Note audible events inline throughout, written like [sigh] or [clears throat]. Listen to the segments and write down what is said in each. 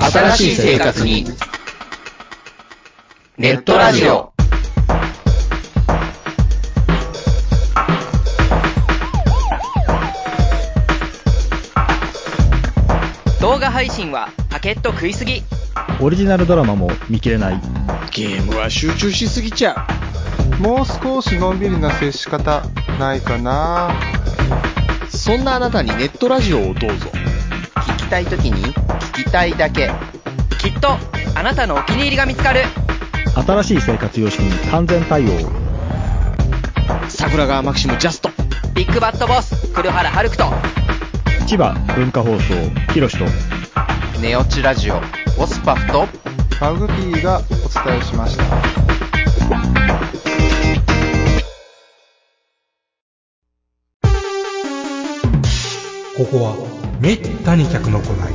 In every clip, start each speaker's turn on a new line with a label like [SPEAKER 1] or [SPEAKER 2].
[SPEAKER 1] 新しい生活に。ネットラジオ。
[SPEAKER 2] 動画配信はパケット食いすぎ
[SPEAKER 3] オリジナルドラマも見切れない。
[SPEAKER 4] ゲームは集中しすぎちゃ
[SPEAKER 5] もう少しのんびりな接し方ないかな
[SPEAKER 4] うそんなあなたにネットラジオをどうぞ
[SPEAKER 2] 聞きたいときに聞きたいだけきっとあなたのお気に入りが見つかる
[SPEAKER 3] 新しい生活様式に完全対応。
[SPEAKER 4] 桜川マキシムジャスト
[SPEAKER 2] ビッグバットボス黒原遥人
[SPEAKER 3] 千葉文化放送、ひろしと。
[SPEAKER 2] ネオチラジオオスパフと
[SPEAKER 5] マグピーがお伝えしました。
[SPEAKER 6] ここはめったに客の来ない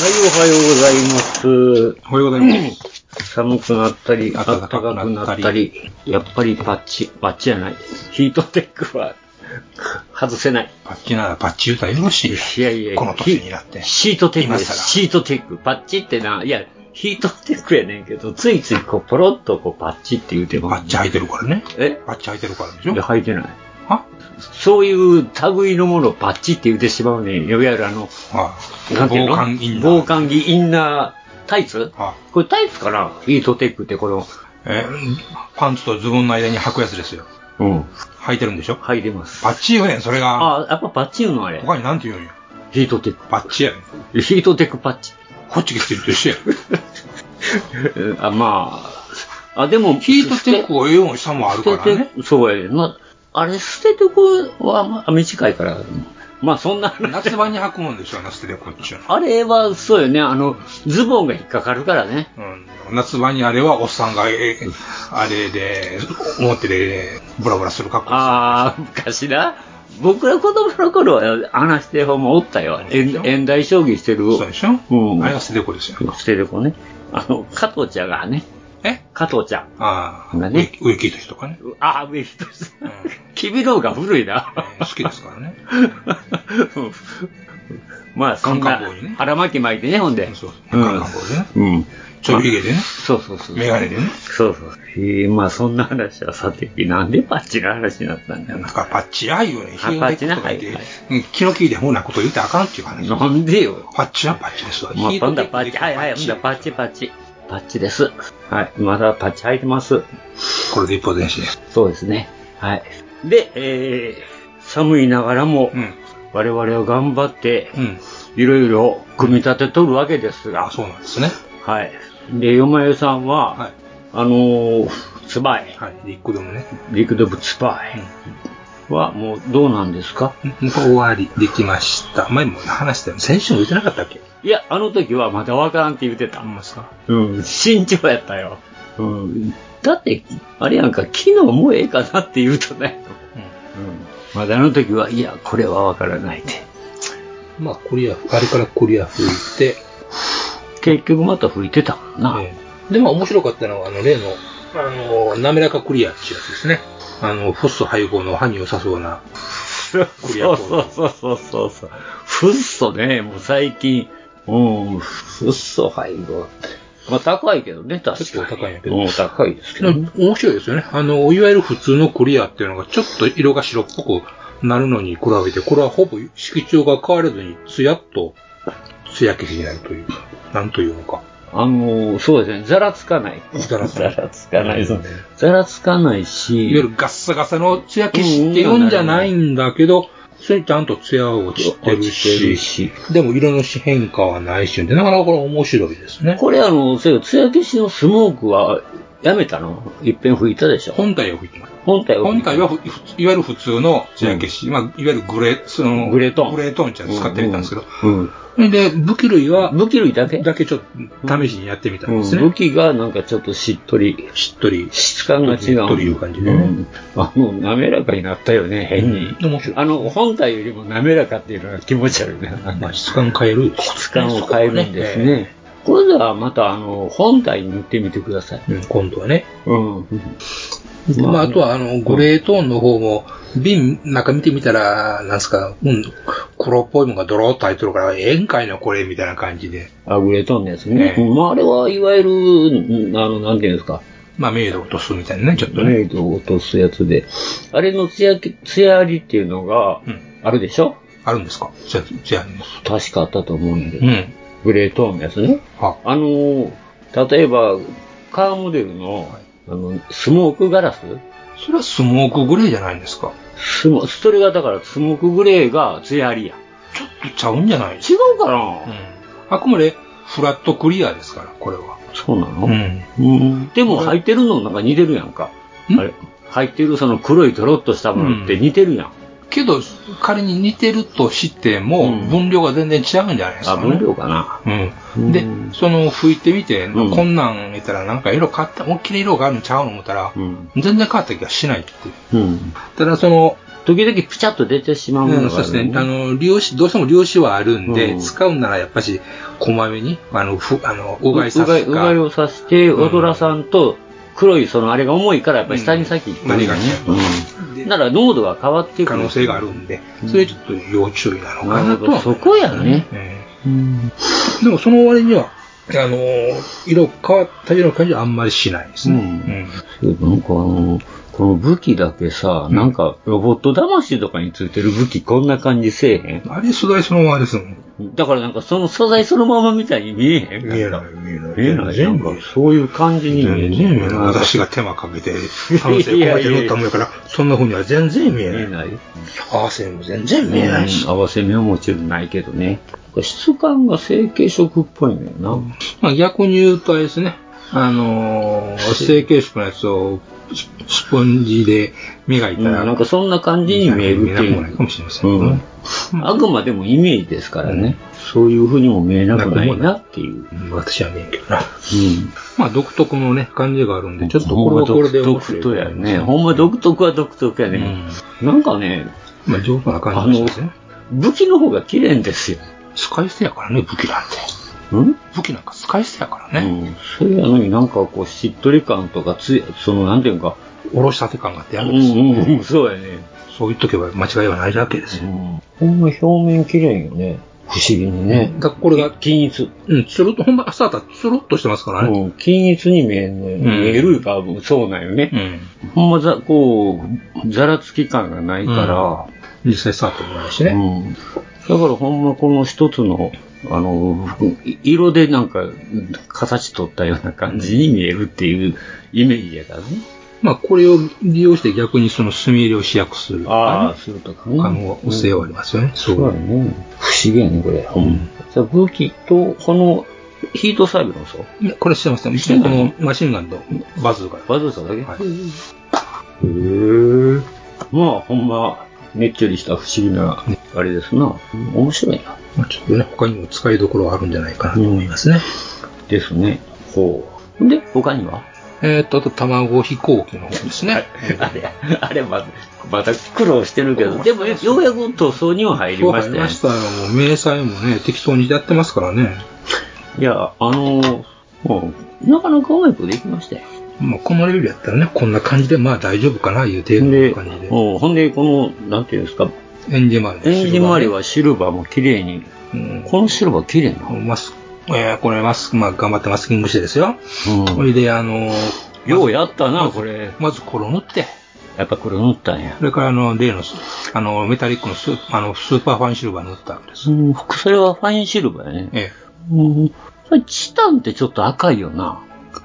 [SPEAKER 7] はい、おはようございます。
[SPEAKER 6] おはようございます
[SPEAKER 7] 寒くなったり、
[SPEAKER 6] 暖
[SPEAKER 7] 暖
[SPEAKER 6] か
[SPEAKER 7] か
[SPEAKER 6] く
[SPEAKER 7] く
[SPEAKER 6] な
[SPEAKER 7] な
[SPEAKER 6] っ
[SPEAKER 7] ったた
[SPEAKER 6] り
[SPEAKER 7] り、やっぱりパッチ、パッチじゃない。ヒートテックは [laughs] 外せない。
[SPEAKER 6] パッチならパッチ言うたらよろしいや
[SPEAKER 7] いやいやいや
[SPEAKER 6] この年になって
[SPEAKER 7] ヒシートテックで
[SPEAKER 6] 今更
[SPEAKER 7] す。シートテック。パッチってな、いや、ヒートテックやねんけど、ついついこう、ポロッとこう、パッチって言うても。
[SPEAKER 6] パッチ履いてるからね
[SPEAKER 7] え
[SPEAKER 6] パッチ履いてるからでし
[SPEAKER 7] い
[SPEAKER 6] ょ
[SPEAKER 7] や、履いてない。
[SPEAKER 6] は
[SPEAKER 7] そういう類のものをパッチって言ってしまうねん。いわゆるあの、
[SPEAKER 6] あ
[SPEAKER 7] な
[SPEAKER 6] あ
[SPEAKER 7] んていう
[SPEAKER 6] 防
[SPEAKER 7] の
[SPEAKER 6] 寒インナ
[SPEAKER 7] 防
[SPEAKER 6] ー。
[SPEAKER 7] 寒着インナータイツ
[SPEAKER 6] あ
[SPEAKER 7] これタイツかなヒートテックってこの、
[SPEAKER 6] えパンツとズボンの間に履くやつですよ。
[SPEAKER 7] うん。
[SPEAKER 6] 履いてるんでしょ
[SPEAKER 7] 履いてます。
[SPEAKER 6] パッチよねん、それが。
[SPEAKER 7] あ、やっぱパッチ言うのあれ。
[SPEAKER 6] 他になんて言うんよ。
[SPEAKER 7] ヒートテッ
[SPEAKER 6] パッチやねん。
[SPEAKER 7] ク。ヒートテックパッチ。 [laughs]
[SPEAKER 6] ホッチキスってると一緒やん。
[SPEAKER 7] あ、まあ。あ、でも、
[SPEAKER 6] ヒートテックを得ようも下もあるから
[SPEAKER 7] 捨
[SPEAKER 6] ね
[SPEAKER 7] て。てそうやねんな。あれ、捨ててくは、まあ、短いから。まあ、そんな話
[SPEAKER 6] 夏場に履くもんでしょ、夏でこっちは。
[SPEAKER 7] あれは、そうよね。あの、ズボンが引っかかるからね。
[SPEAKER 6] うん、夏場にあれはおっさんが、えあれで、表でブラブラする格好です
[SPEAKER 7] ああ、昔な。僕ら子供の頃は、穴捨て法もおったよ。縁縁台将棋してる。
[SPEAKER 6] そうでしょ、
[SPEAKER 7] うん
[SPEAKER 6] あれが捨て子ですよ。
[SPEAKER 7] 捨ててこね。あの、加藤茶がね。
[SPEAKER 6] え
[SPEAKER 7] 加藤茶。
[SPEAKER 6] ああ、
[SPEAKER 7] なんだね
[SPEAKER 6] 植木としとかね、
[SPEAKER 7] ああ、上人さ
[SPEAKER 6] うん
[SPEAKER 7] ん。君の方が古いな。
[SPEAKER 6] えー好きですからね。
[SPEAKER 7] うん [laughs] まあ、そんな
[SPEAKER 6] カンカン帽にね、
[SPEAKER 7] 腹巻き巻いてね、ほんで。
[SPEAKER 6] そうそう
[SPEAKER 7] うん
[SPEAKER 6] カンカン帽でね
[SPEAKER 7] うん。
[SPEAKER 6] ちょびひげでね、
[SPEAKER 7] そうそうそう。
[SPEAKER 6] メガネでね。
[SPEAKER 7] そうそう。えーまあ、そんな話はさておき、なんでパッチの話になったんだ
[SPEAKER 6] な
[SPEAKER 7] よ
[SPEAKER 6] ん
[SPEAKER 7] な。
[SPEAKER 6] かパッチアイをね、
[SPEAKER 7] あ
[SPEAKER 6] ひげのテックとか言っ
[SPEAKER 7] パッチなはい
[SPEAKER 6] て
[SPEAKER 7] はい、
[SPEAKER 6] うん気の利いたふうなこと言ってあかんっていう話。
[SPEAKER 7] なんでよ。
[SPEAKER 6] パッチはパッチですわ。
[SPEAKER 7] まあ、
[SPEAKER 6] ヒー
[SPEAKER 7] 今
[SPEAKER 6] トテ
[SPEAKER 7] 度は
[SPEAKER 6] ッ
[SPEAKER 7] パ
[SPEAKER 6] ク
[SPEAKER 7] ッ
[SPEAKER 6] で
[SPEAKER 7] チ、はいはい、今度はパッチパッチ。パッチです。はい。まだパッチ履いてます。
[SPEAKER 6] これで一歩前進です。
[SPEAKER 7] そうですね。はい。で、えー寒いながらも
[SPEAKER 6] う、ん。
[SPEAKER 7] 我々は頑張って
[SPEAKER 6] う、ん。
[SPEAKER 7] いろいろ組み立てとるわけですが
[SPEAKER 6] あ、、そうなんですね。
[SPEAKER 7] はい。で、よまよさんは、
[SPEAKER 6] はい。
[SPEAKER 7] あのー、ツバイ、
[SPEAKER 6] はい。リックドもね。
[SPEAKER 7] リクドブツバイはもうどうなんですか
[SPEAKER 6] うん終わり、できました。前も話したよね。先週も言ってなかったっけ
[SPEAKER 7] いや、あの時はまだわからんって言ってた
[SPEAKER 6] あ。んまですか
[SPEAKER 7] うん、慎重やったよ。うん。だって、あれやんか、昨日もうええかなって言うとね。うん。まだあの時は、いや、これはわからないって。
[SPEAKER 6] うん。まあ、クリア、あれからクリア吹いて、
[SPEAKER 7] 結局また吹いてたもんな。
[SPEAKER 6] ええで、まあ、面白かったのは、あの、例の、あの、滑らかクリアっていうやつですね。あの、フォッ素配合の歯に良さそうな。
[SPEAKER 7] そうそうそうそうそう。フッ素ね、もう最近。うん、フッ素配合。まあ高いけどね、確
[SPEAKER 6] 結
[SPEAKER 7] かに。
[SPEAKER 6] 構高いんやけど
[SPEAKER 7] うん、高いですけど、ね。
[SPEAKER 6] 面白いですよね。あの、いわゆる普通のクリアっていうのが、ちょっと色が白っぽくなるのに比べて、これはほぼ色調が変わらずに、ツヤっと、ツヤ消しになるという、なんというのか。
[SPEAKER 7] あのーそうですね、ざらつかない。
[SPEAKER 6] ざらつかない
[SPEAKER 7] つかない。そうざらつかないし。
[SPEAKER 6] いわゆるガッサガサの艶消しって言うんじゃないんだけど、それにちゃんと艶を落ちてる
[SPEAKER 7] 落ちてる
[SPEAKER 6] し、
[SPEAKER 7] し
[SPEAKER 6] でも色の変化はないし、でなかなかこれ面白いですね。
[SPEAKER 7] これあの、そうよ、つや消しのスモークはやめたの一遍吹いたでしょ。
[SPEAKER 6] 本体を吹いてます。
[SPEAKER 7] 本体は
[SPEAKER 8] 本体はふ、ふいわゆる普通の艶消し、まあ、いわゆるグレー、その、
[SPEAKER 7] グレートーン
[SPEAKER 8] グレートーンちゃん使ってみたんですけど、
[SPEAKER 7] うんうん
[SPEAKER 8] で、武器類は、
[SPEAKER 7] 武器類だけ
[SPEAKER 8] だけちょっと試しにやってみたんですね。
[SPEAKER 7] 武器がなんかちょっとしっとり、
[SPEAKER 8] しっとり。
[SPEAKER 7] 質感が違う。
[SPEAKER 8] という感じでね
[SPEAKER 7] んあの、滑らかになったよね、変に。
[SPEAKER 8] 面白い。
[SPEAKER 7] あの、本体よりも滑らかっていうのが気持ち悪いね。
[SPEAKER 8] まあ、質感変える。
[SPEAKER 7] 質感を変えるんですね。今度はまた、あの、本体に塗ってみてください。
[SPEAKER 6] うん、今度はね。
[SPEAKER 7] うん。
[SPEAKER 6] まあ、あとは、あの、グレートーンの方も、瓶、中見てみたら、なんすか、うん、黒っぽいものがドローッと入ってるから、ええんかいな、これ、みたいな感じで。
[SPEAKER 7] あぐれとんのやつね。
[SPEAKER 6] ええ
[SPEAKER 7] まあ、あれはいわゆる、うんあの、なんていうんですか。
[SPEAKER 6] まあ、明度を落とすみたいなね、ちょっと
[SPEAKER 7] ド
[SPEAKER 6] ね。
[SPEAKER 7] レートを落とすやつで。あれの艶や、艶ありっていうのが
[SPEAKER 8] うん、
[SPEAKER 7] あるでしょ、
[SPEAKER 8] あるんですかじゃあ、じゃあ、
[SPEAKER 7] 確かあったと思うんだけど。
[SPEAKER 8] うん。
[SPEAKER 7] グレートーンのやつね。
[SPEAKER 8] は
[SPEAKER 7] あの、例えば、カーモデルの、あの、スモークガラス
[SPEAKER 8] それはスモークグレーじゃないんですか
[SPEAKER 7] スモそれがだから、スモークグレーが艶ありや。
[SPEAKER 8] ちょっとちゃうんじゃない
[SPEAKER 7] 違うかな、
[SPEAKER 8] うん。あくまで、フラットクリアですから、これは。
[SPEAKER 7] そうなの、
[SPEAKER 8] うん。
[SPEAKER 7] うんでも入ってるのなんか似てるやんか。
[SPEAKER 8] ん
[SPEAKER 7] あれ入ってるその黒いとろっとしたものって似てるやん。
[SPEAKER 8] けど、仮に似てるとして
[SPEAKER 7] う
[SPEAKER 8] も
[SPEAKER 7] ん、
[SPEAKER 8] 分量が全然違うんじゃないですか、
[SPEAKER 7] あ、
[SPEAKER 8] ね
[SPEAKER 7] 分量かな。
[SPEAKER 8] うん。で
[SPEAKER 7] うん、
[SPEAKER 8] その、拭いてみて、
[SPEAKER 7] うん
[SPEAKER 8] こんなん見たらなんか色変わった、大きな色があるんちゃうの思ったら、
[SPEAKER 7] うん。
[SPEAKER 8] 全然変わった気がしないって。
[SPEAKER 7] うん。
[SPEAKER 6] ただ、その、
[SPEAKER 7] 時々ピチャッと出てしまうも
[SPEAKER 6] う
[SPEAKER 7] の
[SPEAKER 6] ん、
[SPEAKER 7] があ
[SPEAKER 6] そうです
[SPEAKER 7] る
[SPEAKER 6] ね。
[SPEAKER 7] の
[SPEAKER 6] あの、利用し、どうしても量子はあるんで、
[SPEAKER 7] うん
[SPEAKER 6] 使うならやっぱし、こまめに、あの、ふ、あの、うがいさ
[SPEAKER 7] うがい
[SPEAKER 6] す
[SPEAKER 7] うが
[SPEAKER 6] か
[SPEAKER 7] い。をさして、
[SPEAKER 6] うん
[SPEAKER 7] オドラさんと黒いそのあれが重いから、やっぱり下に先行く
[SPEAKER 6] うん何がね
[SPEAKER 7] うんなら濃度が変わっていく。
[SPEAKER 6] 可能性があるんで、それちょっと要注意なの
[SPEAKER 7] な
[SPEAKER 6] かな
[SPEAKER 7] る
[SPEAKER 6] と
[SPEAKER 7] ほど。
[SPEAKER 6] は。
[SPEAKER 7] そこやね。
[SPEAKER 6] ええでもその割には、あのー色変わったような感じはあんまりしないですね。
[SPEAKER 7] そうなんかあの、この武器だけさ、なんかロボット魂とかについてる武器こんな感じせえへん
[SPEAKER 6] あれ素材そのままですもん。
[SPEAKER 7] だからなんかその素材そのままみたいに見えへん
[SPEAKER 6] 見えない、見えない。
[SPEAKER 7] 見えない。な
[SPEAKER 6] 全
[SPEAKER 7] ん
[SPEAKER 6] 部
[SPEAKER 7] か。そういう感じに見え
[SPEAKER 6] 全
[SPEAKER 7] る
[SPEAKER 6] 然見えない。私が手間かけて、反省を超えてるったもんやから、そんな風には全然見え
[SPEAKER 7] 見
[SPEAKER 6] な
[SPEAKER 7] え
[SPEAKER 6] い。
[SPEAKER 7] ない。うん
[SPEAKER 6] 合わせも全然見えないし。
[SPEAKER 7] 合わせ目はもちろんないけどね。質感が成形色っぽいんだよな。
[SPEAKER 6] まあ、逆に言うとあれですね、あのー成形色のやつをススポンジで磨い
[SPEAKER 7] うん
[SPEAKER 6] たら、
[SPEAKER 7] なんかそんな感じに見えるっ
[SPEAKER 6] 見
[SPEAKER 7] て
[SPEAKER 6] えなくもないいうか。もしれませんけどね。
[SPEAKER 7] うんあくまでもイメージですからね。そういう風にも見えなくないなっていう。
[SPEAKER 6] うん私は見えんけどな。
[SPEAKER 7] うん。
[SPEAKER 6] まあ、独特のね、感じがあるんで、ちょっと
[SPEAKER 7] ほ
[SPEAKER 6] これ
[SPEAKER 7] んま
[SPEAKER 6] はこれで面
[SPEAKER 7] 独
[SPEAKER 6] 白い
[SPEAKER 7] 特やね。ほんま独特は独特やね。なんかね、
[SPEAKER 6] まあ、上手な感じがしてね。
[SPEAKER 7] 武器の方が綺麗んですよ。
[SPEAKER 6] 使い捨てやからね、武器なんて。
[SPEAKER 7] うん
[SPEAKER 6] 武器なんか使い捨てやからね。
[SPEAKER 7] うん、それやのになんかこうしっとり感とかつやそのなんていうか
[SPEAKER 6] おろしたて感があって
[SPEAKER 7] う
[SPEAKER 6] あ
[SPEAKER 7] ん
[SPEAKER 6] るんですよ。
[SPEAKER 7] うんうんそうやね、
[SPEAKER 6] そう言っとけば間違いはないわけです
[SPEAKER 7] う
[SPEAKER 6] よ。
[SPEAKER 7] ん、ほんま表面綺麗よね不思議にね
[SPEAKER 6] だからこれが、
[SPEAKER 7] 均一、
[SPEAKER 6] うん、つるっと、ほんま、スタートはつるっとしてますからね。
[SPEAKER 7] うん、均一に見えるね、
[SPEAKER 6] ん
[SPEAKER 7] 見えるかそうなんよね、ほんまざこうざらつき感がないか
[SPEAKER 6] 実際スタートもないし
[SPEAKER 7] ら、う
[SPEAKER 6] ね。
[SPEAKER 7] んだからほんまこの一つのあのい色でなんか形取ったような感じに見えるっていうイメージやからね、
[SPEAKER 6] まあ、これを利用して逆にその炭入れを試薬すると
[SPEAKER 7] あ
[SPEAKER 6] か
[SPEAKER 7] あ
[SPEAKER 6] ね。
[SPEAKER 7] するとか
[SPEAKER 6] 可能性はありますよね。そ
[SPEAKER 7] そうだね。不思議やね、これ。じゃあ武器と、この、ヒートサービルのそう。
[SPEAKER 6] いやこれしてますね。
[SPEAKER 7] してない
[SPEAKER 6] このマシンガンとバズーカ。
[SPEAKER 7] バズーサだけ、
[SPEAKER 6] はい
[SPEAKER 7] へえ。まあ、ほんま、ねっちょりした不思議な、あれですな。面白いな。
[SPEAKER 6] まあちょっとね、他にも使いどころはあるんじゃないかなと思いますね。
[SPEAKER 7] ですね。ほう。で、他には
[SPEAKER 6] えーっと、あと、卵飛行機の方ですね。
[SPEAKER 7] [laughs] あれ、あれま、また苦労してるけど、でもようやく塗装には入り
[SPEAKER 6] そう
[SPEAKER 7] ま
[SPEAKER 6] 入
[SPEAKER 7] し
[SPEAKER 6] り
[SPEAKER 7] たよ
[SPEAKER 6] ま。したよ。もう、明細もね、適当にやってますからね。
[SPEAKER 7] いや、あの、もう、なかなかうまくできましたよ。
[SPEAKER 6] まあ、このレベルやったらね、こんな感じで、まあ大丈夫かな、いう程度
[SPEAKER 7] で、
[SPEAKER 6] の感じで。
[SPEAKER 7] ほうほんで、この、なんていうんですか、
[SPEAKER 6] 演じ周り
[SPEAKER 7] エンジン周りはシルバーも綺麗に。
[SPEAKER 6] うん
[SPEAKER 7] このシルバー綺麗な。
[SPEAKER 6] このマスク、えーこれマスク、まあ、頑張ってマスキングしてですよ。そ
[SPEAKER 7] うん
[SPEAKER 6] れで、あのー
[SPEAKER 7] ようやったな、これ。
[SPEAKER 6] まずこれを塗って、
[SPEAKER 7] やっぱこれ塗ったんや。
[SPEAKER 6] それから、あの、例のス、あの、メタリックのスーあのスーパーファインシルバー塗ったわけです。
[SPEAKER 7] うん、それはファインシルバーやね。
[SPEAKER 6] え
[SPEAKER 7] うん。それチタンってちょっと赤いよな。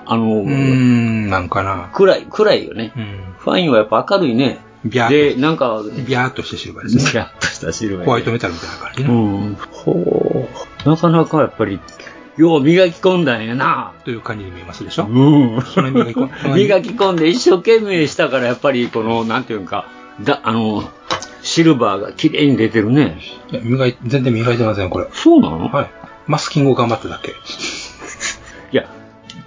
[SPEAKER 7] あ
[SPEAKER 6] え。うー
[SPEAKER 7] の、
[SPEAKER 6] ん、なんかな。
[SPEAKER 7] 暗い、暗いよね
[SPEAKER 6] う。ん。
[SPEAKER 7] ファインはやっぱ明るいね。
[SPEAKER 6] ビャー
[SPEAKER 7] で、
[SPEAKER 6] っ
[SPEAKER 7] なんか、
[SPEAKER 6] と、ビャーっとしたシルバーですね。
[SPEAKER 7] キラッとしたシルバーやね。
[SPEAKER 6] ホワイトメタルみたいな感じ
[SPEAKER 7] う
[SPEAKER 6] ね。
[SPEAKER 7] ん。ほう。なかなかやっぱり、よう磨き込んだんやな。
[SPEAKER 6] という感じに見えますでしょ、
[SPEAKER 7] うん。
[SPEAKER 6] それ磨き込んその
[SPEAKER 7] 磨き込んで一生懸命したから、やっぱりこの、なんていうんか、だ、あの、シルバーが綺麗に出てるね。
[SPEAKER 6] いや磨い、全然磨いてませんよ、これ。
[SPEAKER 7] そうなの
[SPEAKER 6] はい。マスキングを頑張っただけ。
[SPEAKER 7] いや、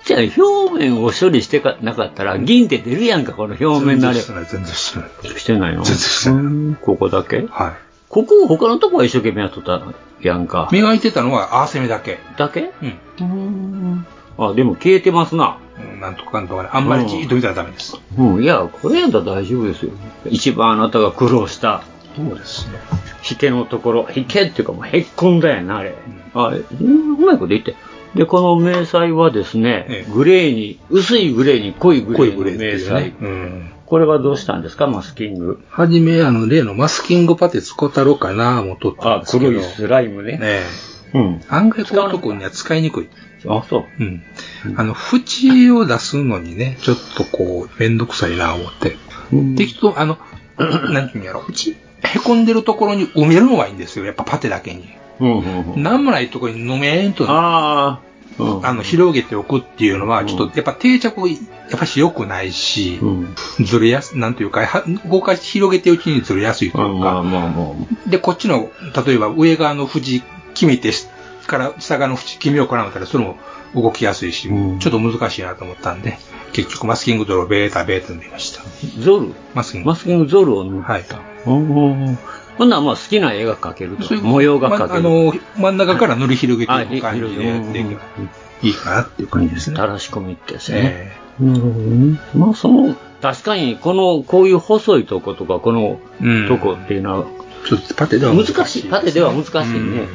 [SPEAKER 7] じゃあ表面を処理してかなかったら、銀って出るやんか、この表面なれ。
[SPEAKER 6] 全然してない、全然してない。
[SPEAKER 7] してないの
[SPEAKER 6] 全然してない
[SPEAKER 7] うんここだけ
[SPEAKER 6] は
[SPEAKER 7] ここ、他のとこは一生懸命やっとったやんか
[SPEAKER 6] い。。磨いてたのは合わせ目だけ。
[SPEAKER 7] だけ
[SPEAKER 6] うん。
[SPEAKER 7] あ、でも消えてますな。
[SPEAKER 6] うんなんとかなんとかね。あんまりじーっと見たらダメです。
[SPEAKER 7] うん、いや、これやったら大丈夫ですよ。一番あなたが苦労した、
[SPEAKER 6] そうですね。
[SPEAKER 7] 引けのところ、引けっていうかもうへっこんだやな、あれ。あれ、うんうまいこと言って。で、この明細はですね、
[SPEAKER 6] ええ
[SPEAKER 7] グレーに、薄いグレーに濃いグ
[SPEAKER 6] 濃
[SPEAKER 7] レ
[SPEAKER 6] いグレー
[SPEAKER 7] ー
[SPEAKER 6] っ
[SPEAKER 7] の
[SPEAKER 6] て
[SPEAKER 7] 明
[SPEAKER 6] いう
[SPEAKER 7] 細。
[SPEAKER 6] ね。うん。
[SPEAKER 7] これはどうしたんですか、マスキング。
[SPEAKER 6] はじめ、あの、例のマスキングパテ使ったろうかなも取ったん
[SPEAKER 7] あ
[SPEAKER 6] で、すけど。
[SPEAKER 7] 黒いスライムね。
[SPEAKER 6] え
[SPEAKER 7] うん
[SPEAKER 6] え。。案外こういうとこには使いにくい。
[SPEAKER 7] あ、そう。
[SPEAKER 6] うん。あの、縁を出すのにね、ちょっとこう、めんどくさいな思って。適当、あの、 [clears throat] なんていうんやろ、縁、へこんでるところに埋めるのはいいんですよ。やっぱパテだけに。
[SPEAKER 7] うん、うん、うん。
[SPEAKER 6] なんもないところにのめーんと、あ
[SPEAKER 7] ああ、うん。
[SPEAKER 6] の、広げておくっていうのは、ちょっと、やっぱ定着、やっぱし良くないし、
[SPEAKER 7] うん。
[SPEAKER 6] ずれやす、なんというか、は豪快に広げてるうちにずれやすいという
[SPEAKER 7] まあ
[SPEAKER 6] か、
[SPEAKER 7] まあまあ。
[SPEAKER 6] で、こっちの、例えば上側の縁決めて、から下側の縁決めようかなと思ったら、それも動きやすいし、
[SPEAKER 7] うん
[SPEAKER 6] ちょっと難しいなと思ったんで、結局マスキング泥をベータベータ塗りました。
[SPEAKER 7] ゾル
[SPEAKER 6] マスキング。
[SPEAKER 7] マスキングゾルを塗った。
[SPEAKER 6] はい。
[SPEAKER 7] うん。ほんならまあ好きな絵が描けると。模様が描
[SPEAKER 6] まあ
[SPEAKER 7] ける。
[SPEAKER 6] の、真ん中から塗り広げ
[SPEAKER 7] あ、
[SPEAKER 6] てい
[SPEAKER 7] ひ
[SPEAKER 6] く感
[SPEAKER 7] 広
[SPEAKER 6] じ
[SPEAKER 7] い
[SPEAKER 6] でや
[SPEAKER 7] ね
[SPEAKER 6] っていけばいいかなっていう感じですね
[SPEAKER 7] 垂。らし込みってですね。
[SPEAKER 6] え
[SPEAKER 7] うん。まあその、確かにこの、こういう細いとことか、この
[SPEAKER 6] えうん
[SPEAKER 7] とこっていうのは、
[SPEAKER 6] ちょっとパテでは
[SPEAKER 7] 難しい。縦では難しいね。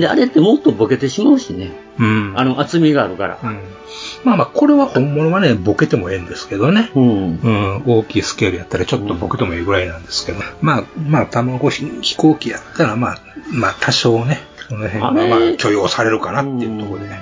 [SPEAKER 7] で、あれってもっとボケてしまうしね。
[SPEAKER 6] うん。
[SPEAKER 7] あの、厚みがあるから
[SPEAKER 6] う。ん。まあまあ、これは本物はね、ボケてもええんですけどね。
[SPEAKER 7] うん。
[SPEAKER 6] うん、大きいスケールやったらちょっと僕でもいいぐらいなんですけど、まあ、まあ、卵飛行機やったら、まあ、まあ、多少ね、この辺は、ま
[SPEAKER 7] あれ
[SPEAKER 6] あ、許容されるかなっていうところでね。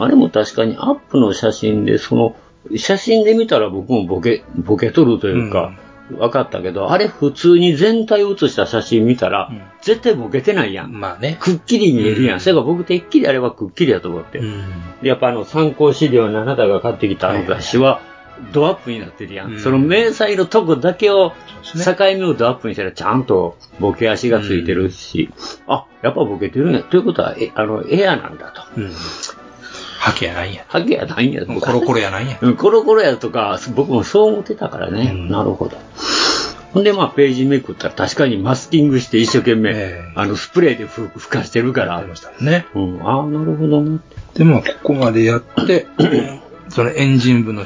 [SPEAKER 7] あれも確かにアップの写真で、その、写真で見たら僕もボケ、ボケ取るというか、分かったけど、あれ普通に全体を写した写真見たら、
[SPEAKER 6] うん
[SPEAKER 7] 絶対ボケてないやん。
[SPEAKER 6] まあね。
[SPEAKER 7] くっきり見えるやん。
[SPEAKER 6] うん
[SPEAKER 7] それが僕てっきりあれはくっきりやと思って。
[SPEAKER 6] うん。
[SPEAKER 7] でやっぱあの参考資料にあなたが買ってきたあの雑誌は、ドアップになってるやん。
[SPEAKER 6] うん
[SPEAKER 7] その明細のとこだけを、
[SPEAKER 6] そうです
[SPEAKER 7] 境目をドアップにしたらちゃんとボケ足がついてるし、あ、やっぱボケてるんや。ということは、えあの、エアなんだと。
[SPEAKER 6] うん。ハケやないんや。
[SPEAKER 7] ハゲやないんやとか。
[SPEAKER 6] コロコロやないんや。
[SPEAKER 7] うんコロコロやとか、僕もそう思ってたからね。
[SPEAKER 6] うん
[SPEAKER 7] なるほど。ほんで、まあ、ページめくったら確かにマスキングして一生懸命、
[SPEAKER 6] ええ
[SPEAKER 7] あの、スプレーでふ、ふかしてる
[SPEAKER 6] あ
[SPEAKER 7] から
[SPEAKER 6] り。ましたね。
[SPEAKER 7] うん、ああ、なるほどなって。
[SPEAKER 6] で、まあ、ここまでやって、 [coughs] そのエンジン部の、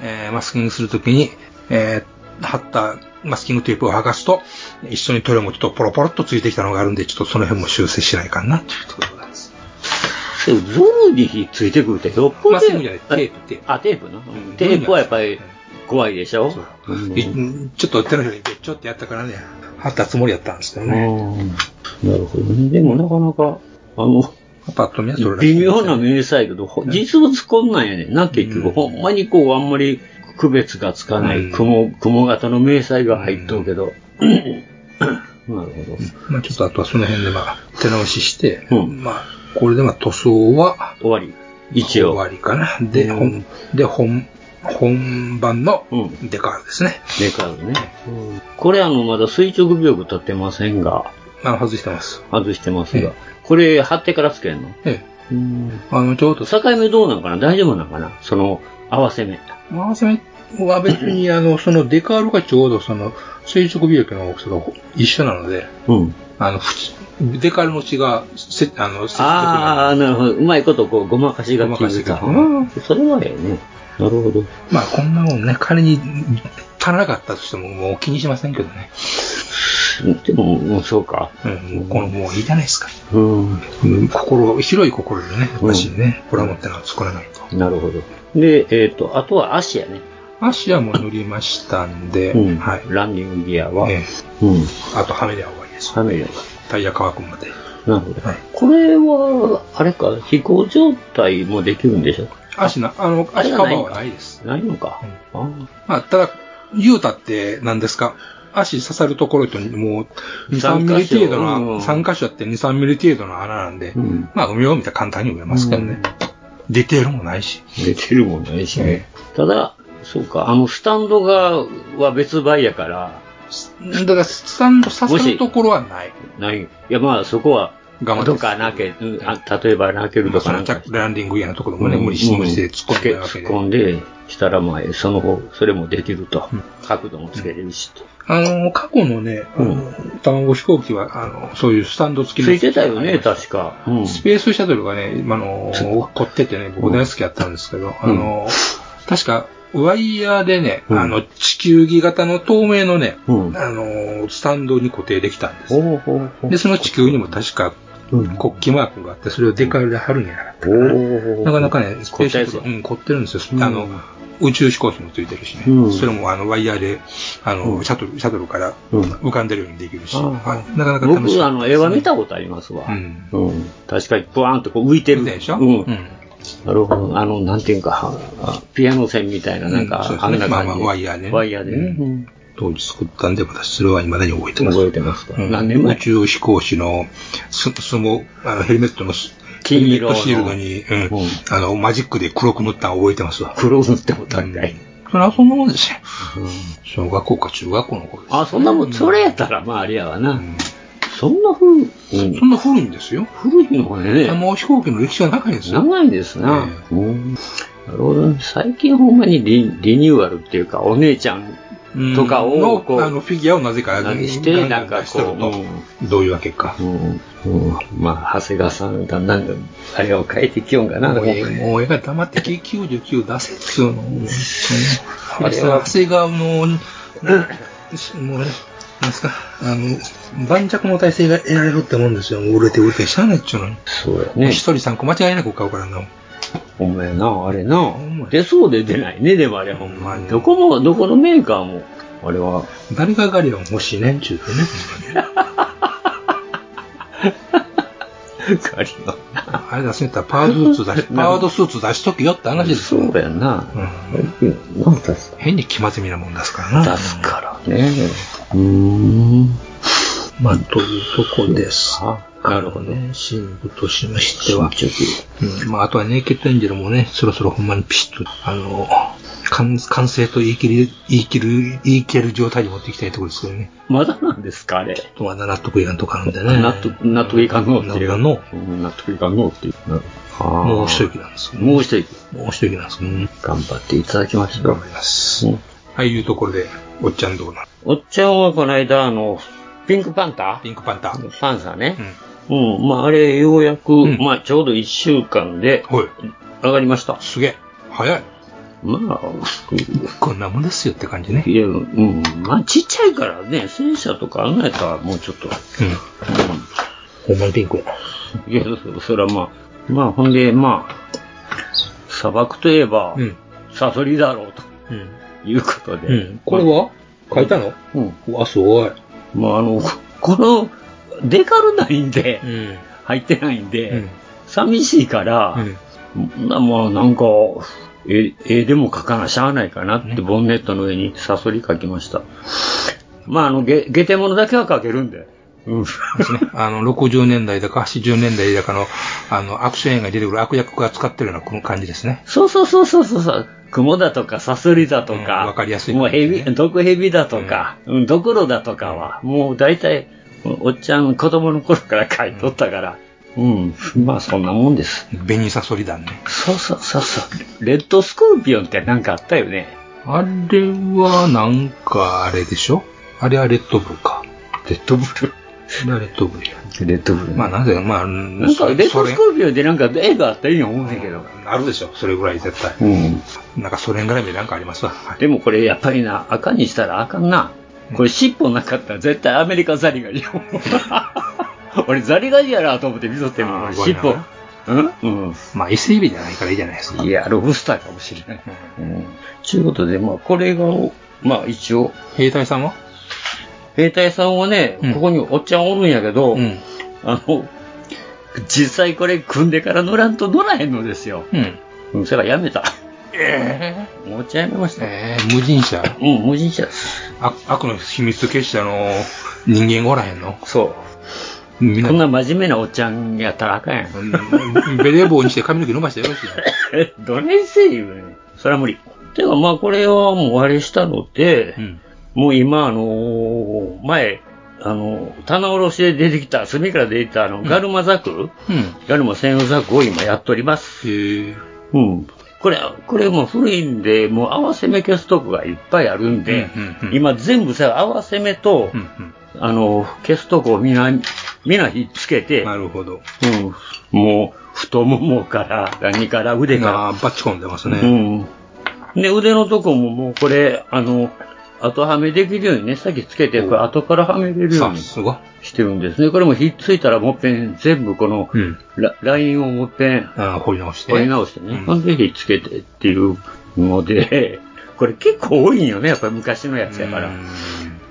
[SPEAKER 6] えーマスキングするときに、えー貼ったマスキングテープを剥がすと、一緒に塗料もちょっとポロポロっとついてきたのがあるんで、ちょっとその辺も修正しないかな、というところなんです。
[SPEAKER 7] でゾルにひっついてくるってよっぽど。
[SPEAKER 6] マスキングじゃない、テープ、テープ。
[SPEAKER 7] あ、テープな。
[SPEAKER 6] ん
[SPEAKER 7] テープはやっぱり怖いでしょ。うん
[SPEAKER 6] いちょっと手のひらにべっちょってやったからね、貼ったつもりやったんですけどね。
[SPEAKER 7] うんなるほどね。でもなかなか、あの、
[SPEAKER 6] パッと見はそれらしい
[SPEAKER 7] 微妙な明細やけど、ほ実物こんなんやねんな、結
[SPEAKER 6] う
[SPEAKER 7] 局。
[SPEAKER 6] ん
[SPEAKER 7] ほんまにこう、あんまり区別がつかな
[SPEAKER 6] う
[SPEAKER 7] い
[SPEAKER 6] ん
[SPEAKER 7] 雲、雲型の明細が入っとうけど。 [coughs] なるほど。
[SPEAKER 6] まあちょっとあとはその辺でまあ手直しして、
[SPEAKER 7] うん
[SPEAKER 6] まあこれでまあ塗装は、
[SPEAKER 7] 終わり。一応。
[SPEAKER 6] 終わりかな。で、
[SPEAKER 7] うん
[SPEAKER 6] 本、で、本、本番の
[SPEAKER 7] うん
[SPEAKER 6] デカールですね。
[SPEAKER 7] デカールね。これあの、まだ垂直尾翼立ってませんが、
[SPEAKER 6] あの、外してます。
[SPEAKER 7] 外してます
[SPEAKER 6] え
[SPEAKER 7] が
[SPEAKER 6] え。
[SPEAKER 7] これ貼ってからつけんの
[SPEAKER 6] ええ。あの、ちょうどさ、
[SPEAKER 7] 境目どうなんかな大丈夫なんかなその、合わせ目。
[SPEAKER 6] 回せ目は別に、あの、そのデカールがちょうどその、垂直尾翼の大きさが一緒なので、
[SPEAKER 7] うん。
[SPEAKER 6] あの、縁デカールの血が、せ、あの、接
[SPEAKER 7] ああ、なるほど。うまいこと、こう、ごまかしが効いてた。
[SPEAKER 6] ごま
[SPEAKER 7] うんそれはええね。なるほど。
[SPEAKER 6] まあ、こんなもんね、仮に、足らなかったとしても、もう気にしませんけどね。
[SPEAKER 7] でも、もうそうか。
[SPEAKER 6] うん、もうこの、もういいじゃないですか。
[SPEAKER 7] うん。
[SPEAKER 6] うん、心が、広い心でね、私ね、プラモってのは作らないと。
[SPEAKER 7] なるほど。で、えっ、と、あとは足やね。
[SPEAKER 6] 足はもう塗りましたんで、はい。
[SPEAKER 7] ランニングギアは。
[SPEAKER 6] ええ
[SPEAKER 7] うん。
[SPEAKER 6] あと、はめでは終わりです。
[SPEAKER 7] はめる。
[SPEAKER 6] タイヤ乾くまで。
[SPEAKER 7] なるほど。
[SPEAKER 6] はい
[SPEAKER 7] これは、あれか、飛行状態もできるんでしょ
[SPEAKER 6] 足な、あの、
[SPEAKER 7] あれ
[SPEAKER 6] 足
[SPEAKER 7] が
[SPEAKER 6] カバ
[SPEAKER 7] ない
[SPEAKER 6] ーはないです。
[SPEAKER 7] ないのか。あ
[SPEAKER 6] まあ、ただ、言うたって何ですか足刺さるところと、もう、2、3
[SPEAKER 7] 三
[SPEAKER 6] ミリ
[SPEAKER 7] 箇所
[SPEAKER 6] 程度
[SPEAKER 7] う
[SPEAKER 6] の、
[SPEAKER 7] ん
[SPEAKER 6] 3箇所あって2、3ミリ程度の穴なんで、
[SPEAKER 7] うん
[SPEAKER 6] まあ、埋めようみたいな簡単に埋めますけどね。出てるもないし。
[SPEAKER 7] 出てるもんないしね。ただ、そうか、あの、スタンドが、は別売やから、
[SPEAKER 6] だから、スタンド刺さるところはない。
[SPEAKER 7] ない。いや、まあ、そこは、
[SPEAKER 6] 我慢です
[SPEAKER 7] どっか穴開け、うんあ例えば穴開けるとか
[SPEAKER 6] そ
[SPEAKER 7] な
[SPEAKER 6] の
[SPEAKER 7] ん
[SPEAKER 6] ジ
[SPEAKER 7] か
[SPEAKER 6] ャックランディング以外のところもね、無理して、無理して突っ込んでるわけで
[SPEAKER 7] 突っ。込んで、したらまあ、その方、それもできると。角度もつけれるしと。
[SPEAKER 6] あの、過去のね、あの卵飛行機は、あの、そういうスタンド付き
[SPEAKER 7] つ
[SPEAKER 6] の。
[SPEAKER 7] いてたよね、確か。うん。
[SPEAKER 6] スペースシャトルがね、あの、凝っててね、僕大好きだったんですけど、あの、確か、ワイヤーでね、
[SPEAKER 7] うん
[SPEAKER 6] あの、地球儀型の透明のね、
[SPEAKER 7] うん
[SPEAKER 6] あの、スタンドに固定できたんです。
[SPEAKER 7] ほうほうほう
[SPEAKER 6] で、その地球にも確か、国旗マークがあって、それをデカールで貼るんじゃなかったかな。なかなかね、スペースシャトル、うん、凝ってるんですよ。あの、宇宙飛行機もついてるしね。
[SPEAKER 7] うん
[SPEAKER 6] それもあの、ワイヤーで、あの、シャトル、シャトルから
[SPEAKER 7] うん
[SPEAKER 6] 浮かんでるようにできるし、
[SPEAKER 7] ああ
[SPEAKER 6] はいなかなか楽しい。
[SPEAKER 7] 僕、あの、絵は見たことありますわ
[SPEAKER 6] う。ん。
[SPEAKER 7] うん。確かに、ブワーンとこう浮いてる。
[SPEAKER 6] 見たでしょ
[SPEAKER 7] うん。
[SPEAKER 6] うん
[SPEAKER 7] なるほど。あの、なんていうか、あピアノ線みたいな、なん
[SPEAKER 6] うん
[SPEAKER 7] か
[SPEAKER 6] そうで、す
[SPEAKER 7] あん
[SPEAKER 6] ね
[SPEAKER 7] な感じ
[SPEAKER 6] まあまあワイヤーでね
[SPEAKER 7] ワイヤーでね。
[SPEAKER 6] 当時作ったんで、私、それは未だに覚えてます。
[SPEAKER 7] 覚えてます
[SPEAKER 6] う
[SPEAKER 7] か
[SPEAKER 6] ん
[SPEAKER 7] 何年前
[SPEAKER 6] 宇宙飛行士の、す、すも、あの、ヘルメットのす、ヘル
[SPEAKER 7] 金
[SPEAKER 6] メ
[SPEAKER 7] 色
[SPEAKER 6] ッ
[SPEAKER 7] の
[SPEAKER 6] トシールドに、うん、
[SPEAKER 7] うん
[SPEAKER 6] あの、マジックで黒く塗ったの覚えてますわ。
[SPEAKER 7] 黒塗っても大概。
[SPEAKER 6] それはそんなもんですよ。小学校か中学校の頃です。
[SPEAKER 7] あ、そんなもん、それやったら、まあ、あれやわ
[SPEAKER 6] う
[SPEAKER 7] な。
[SPEAKER 6] ん
[SPEAKER 7] そんな風、うん、
[SPEAKER 6] そんな古いんですよ。
[SPEAKER 7] 古いのがね、
[SPEAKER 6] もう飛行機の歴史が長いですよ。
[SPEAKER 7] 長いですな。うんなるほどね。最近ほんまにリリニューアルっていうか、お姉ちゃん
[SPEAKER 6] うん
[SPEAKER 7] とかを、こ
[SPEAKER 6] の、あの、
[SPEAKER 7] う、
[SPEAKER 6] フィギュアをなぜか、
[SPEAKER 7] 何して、なんか
[SPEAKER 6] 出して
[SPEAKER 7] こ
[SPEAKER 6] る
[SPEAKER 7] う、
[SPEAKER 6] と、どういうわけか。
[SPEAKER 7] うんうんまあ、長谷川さん、だんだん、あれを変えてきよんかな。
[SPEAKER 6] もうええ、もうええが黙って99出せっつうの。あ
[SPEAKER 7] あ
[SPEAKER 6] れ
[SPEAKER 7] れ
[SPEAKER 6] は
[SPEAKER 7] は
[SPEAKER 6] 長谷川の、もう、なんすか、あの、盤石の体制が得られるってもんですよ。もう売れて売れてしゃあないっちゅうのに。
[SPEAKER 7] そうや
[SPEAKER 6] 一
[SPEAKER 7] ね。
[SPEAKER 6] 人三個間違いなく買うからな。
[SPEAKER 7] お前な、あれな
[SPEAKER 6] ほんまや。
[SPEAKER 7] 出そうで出ないね、でもあれほんま
[SPEAKER 6] ほんま
[SPEAKER 7] に。
[SPEAKER 6] や
[SPEAKER 7] どこも、どこのメーカーも、あれ
[SPEAKER 6] [laughs]
[SPEAKER 7] は、
[SPEAKER 6] 誰がガリオン欲しいねんちゅうてね。ほんまに
[SPEAKER 7] ガリの。
[SPEAKER 6] あれ出せんやったらパワードスーツ出し、 [laughs] パワードスーツ出しとけよって話です
[SPEAKER 7] そ
[SPEAKER 6] よ。
[SPEAKER 7] うやんな。
[SPEAKER 6] うん
[SPEAKER 7] うん、なんかさ
[SPEAKER 6] 変に気まずみなもん出すからな。
[SPEAKER 7] 出すからね。うーん。
[SPEAKER 6] まあ、というとこです。
[SPEAKER 7] あなるほど
[SPEAKER 6] ね。新部としましては。
[SPEAKER 7] 進捗
[SPEAKER 6] うん、まあ、あとはネイケッドエンジェルもね、そろそろほんまにピシッと、あの、完完成と言い切り、言い切る、言い切る状態に持っていきたいところですけどね。
[SPEAKER 7] まだなんですか、あれ。
[SPEAKER 6] あとは納得いかんとかなんでね。
[SPEAKER 7] 納得、納得いかんのっていう。
[SPEAKER 6] 納得の。
[SPEAKER 7] うん納得いかんのっていう。
[SPEAKER 6] も
[SPEAKER 7] も
[SPEAKER 6] う一息なんですけどね
[SPEAKER 7] もう一息。
[SPEAKER 6] もう一息なんですけどね。
[SPEAKER 7] 頑張っていただきましょ
[SPEAKER 6] 頑
[SPEAKER 7] う
[SPEAKER 6] 張。ります。はい、いうところで、おっちゃんどうなの
[SPEAKER 7] おっちゃんはこの間、あの、ピンクパンタ
[SPEAKER 6] ピンクパンター。
[SPEAKER 7] パンサーね
[SPEAKER 6] う。ん。
[SPEAKER 7] うん。まあ、あれ、ようやく、
[SPEAKER 6] ん
[SPEAKER 7] まあ、ちょうど一週間で
[SPEAKER 6] ほい。
[SPEAKER 7] 上がりました。
[SPEAKER 6] すげえ。早い。
[SPEAKER 7] まあ、
[SPEAKER 6] こんなもんですよって感じね。
[SPEAKER 7] いや、うん。まあ、ちっちゃいからね、戦車とかあんなやったらもうちょっと。
[SPEAKER 6] うん。ほんまにピンクやな。
[SPEAKER 7] うん。いや、そそれはまあ、まあ、ほんで、まあ、砂漠といえば、
[SPEAKER 6] うん。
[SPEAKER 7] サソリだろうと
[SPEAKER 6] うん。
[SPEAKER 7] いうことで。
[SPEAKER 6] うん。これは書いたの
[SPEAKER 7] うん。
[SPEAKER 6] うわ、すごい。
[SPEAKER 7] まあ、あの、この、デカルないんで、
[SPEAKER 6] ん。
[SPEAKER 7] 入ってないんで、
[SPEAKER 6] うん
[SPEAKER 7] 寂しいから、なまあなんか、絵絵でも描かなしゃあないかなって、ボンネットの上にサソリ描きました。まああの、げ下手物だけは描けるんで。うん。
[SPEAKER 6] ですね。あの、60年代だか80年代だかの、あの、アクション映画に出てくる悪役が使ってるようなこの感じですね。
[SPEAKER 7] そうそうそうそうそうそう。雲だとか、サソリだと
[SPEAKER 6] うん
[SPEAKER 7] か、
[SPEAKER 6] わかりやすい
[SPEAKER 7] もうヘビ
[SPEAKER 6] う、ん
[SPEAKER 7] 毒ヘビだとか、うん、ドクロだとかは、もう大体、おっちゃん子供の頃から描いとったから、うん、まあそんなもんです。
[SPEAKER 6] 紅サソリ団ね。
[SPEAKER 7] そうそうそうそう。レッドスコーピオンってなんかあったよね。
[SPEAKER 6] あれは、なんか、あれでしょあれはレッドブルか。
[SPEAKER 7] レッドブル。
[SPEAKER 6] あれはレッドブルや。
[SPEAKER 7] レッドブル。
[SPEAKER 6] まあ、なぜ、まあ、
[SPEAKER 7] な
[SPEAKER 6] なん
[SPEAKER 7] か、レッドスコーピオンでなんか映画あったように思うんだけど。
[SPEAKER 6] あるでしょそれぐらい絶対。
[SPEAKER 7] うん。
[SPEAKER 6] なんか、ソ連絡みでなんかありますわ。はい
[SPEAKER 7] でもこれやっぱりな、赤にしたらあかんな。これ尻尾なかったら絶対アメリカザリガ
[SPEAKER 6] [laughs]
[SPEAKER 7] ニよ。俺ザリガニやなと思って見とって
[SPEAKER 6] あ
[SPEAKER 7] も、
[SPEAKER 6] ー
[SPEAKER 7] 尻尾。うん
[SPEAKER 6] まあ、SEB じゃないからいいじゃないです
[SPEAKER 7] う
[SPEAKER 6] か。
[SPEAKER 7] ん。いや、ロブスターかもしれない。うん。ちゅうことで、まあこれが、まあ一応、
[SPEAKER 6] 兵隊さんは
[SPEAKER 7] 兵隊さんはね、
[SPEAKER 6] うん
[SPEAKER 7] ここにおっちゃんおるんやけど、
[SPEAKER 6] うん。
[SPEAKER 7] あの、実際これ組んでから乗らんと乗らへんのですよ。
[SPEAKER 6] うん。
[SPEAKER 7] うん、それはやめた。ええもうちゃやめました。
[SPEAKER 6] えー、無人車。
[SPEAKER 7] うん、無人車です。
[SPEAKER 6] あ悪の秘密結社の人間がおらへんの
[SPEAKER 7] そ
[SPEAKER 6] みん
[SPEAKER 7] う。
[SPEAKER 6] な
[SPEAKER 7] こんな真面目なおっちゃんやったらあかんやん。
[SPEAKER 6] うんベレー帽にして髪の毛伸ばしてよろしいやん
[SPEAKER 7] え、どれせいよ。それは無理。てか、まあ、これはもうあれしたので、
[SPEAKER 6] うん
[SPEAKER 7] もう今、あのー前、あのー棚卸しで出てきた、炭から出てきた、あの、ガルマザク、
[SPEAKER 6] うん。
[SPEAKER 7] ガルマ専用ザクを今やっております。
[SPEAKER 6] へえ。
[SPEAKER 7] うん。これ、これもう古いんで、もう合わせ目消すとこがいっぱいあるんで、
[SPEAKER 6] うんうんうん
[SPEAKER 7] 今全部さ、合わせ目と、
[SPEAKER 6] うんうん
[SPEAKER 7] あの、消すとこをみんな、みんなひっつけて、
[SPEAKER 6] なるほど。
[SPEAKER 7] うん、もう、太ももから、何から腕から、
[SPEAKER 6] ああ、バッチコン出ますね。
[SPEAKER 7] うん。で、腕のとこももうこれ、あの、後はめできるようにね、さっきつけて、
[SPEAKER 6] おう
[SPEAKER 7] これ後からはめれるよう
[SPEAKER 6] さ
[SPEAKER 7] に
[SPEAKER 6] すが。
[SPEAKER 7] してるんですね。これもひっついたらもっぺん全部この、
[SPEAKER 6] うん。
[SPEAKER 7] ララインをもっぺん
[SPEAKER 6] ああ、掘り直して。
[SPEAKER 7] 掘り直してね、
[SPEAKER 6] う
[SPEAKER 7] ほんでひっつけてっていうので、 [laughs] これ結構多いんよね、やっぱり昔のやつやから。
[SPEAKER 6] うん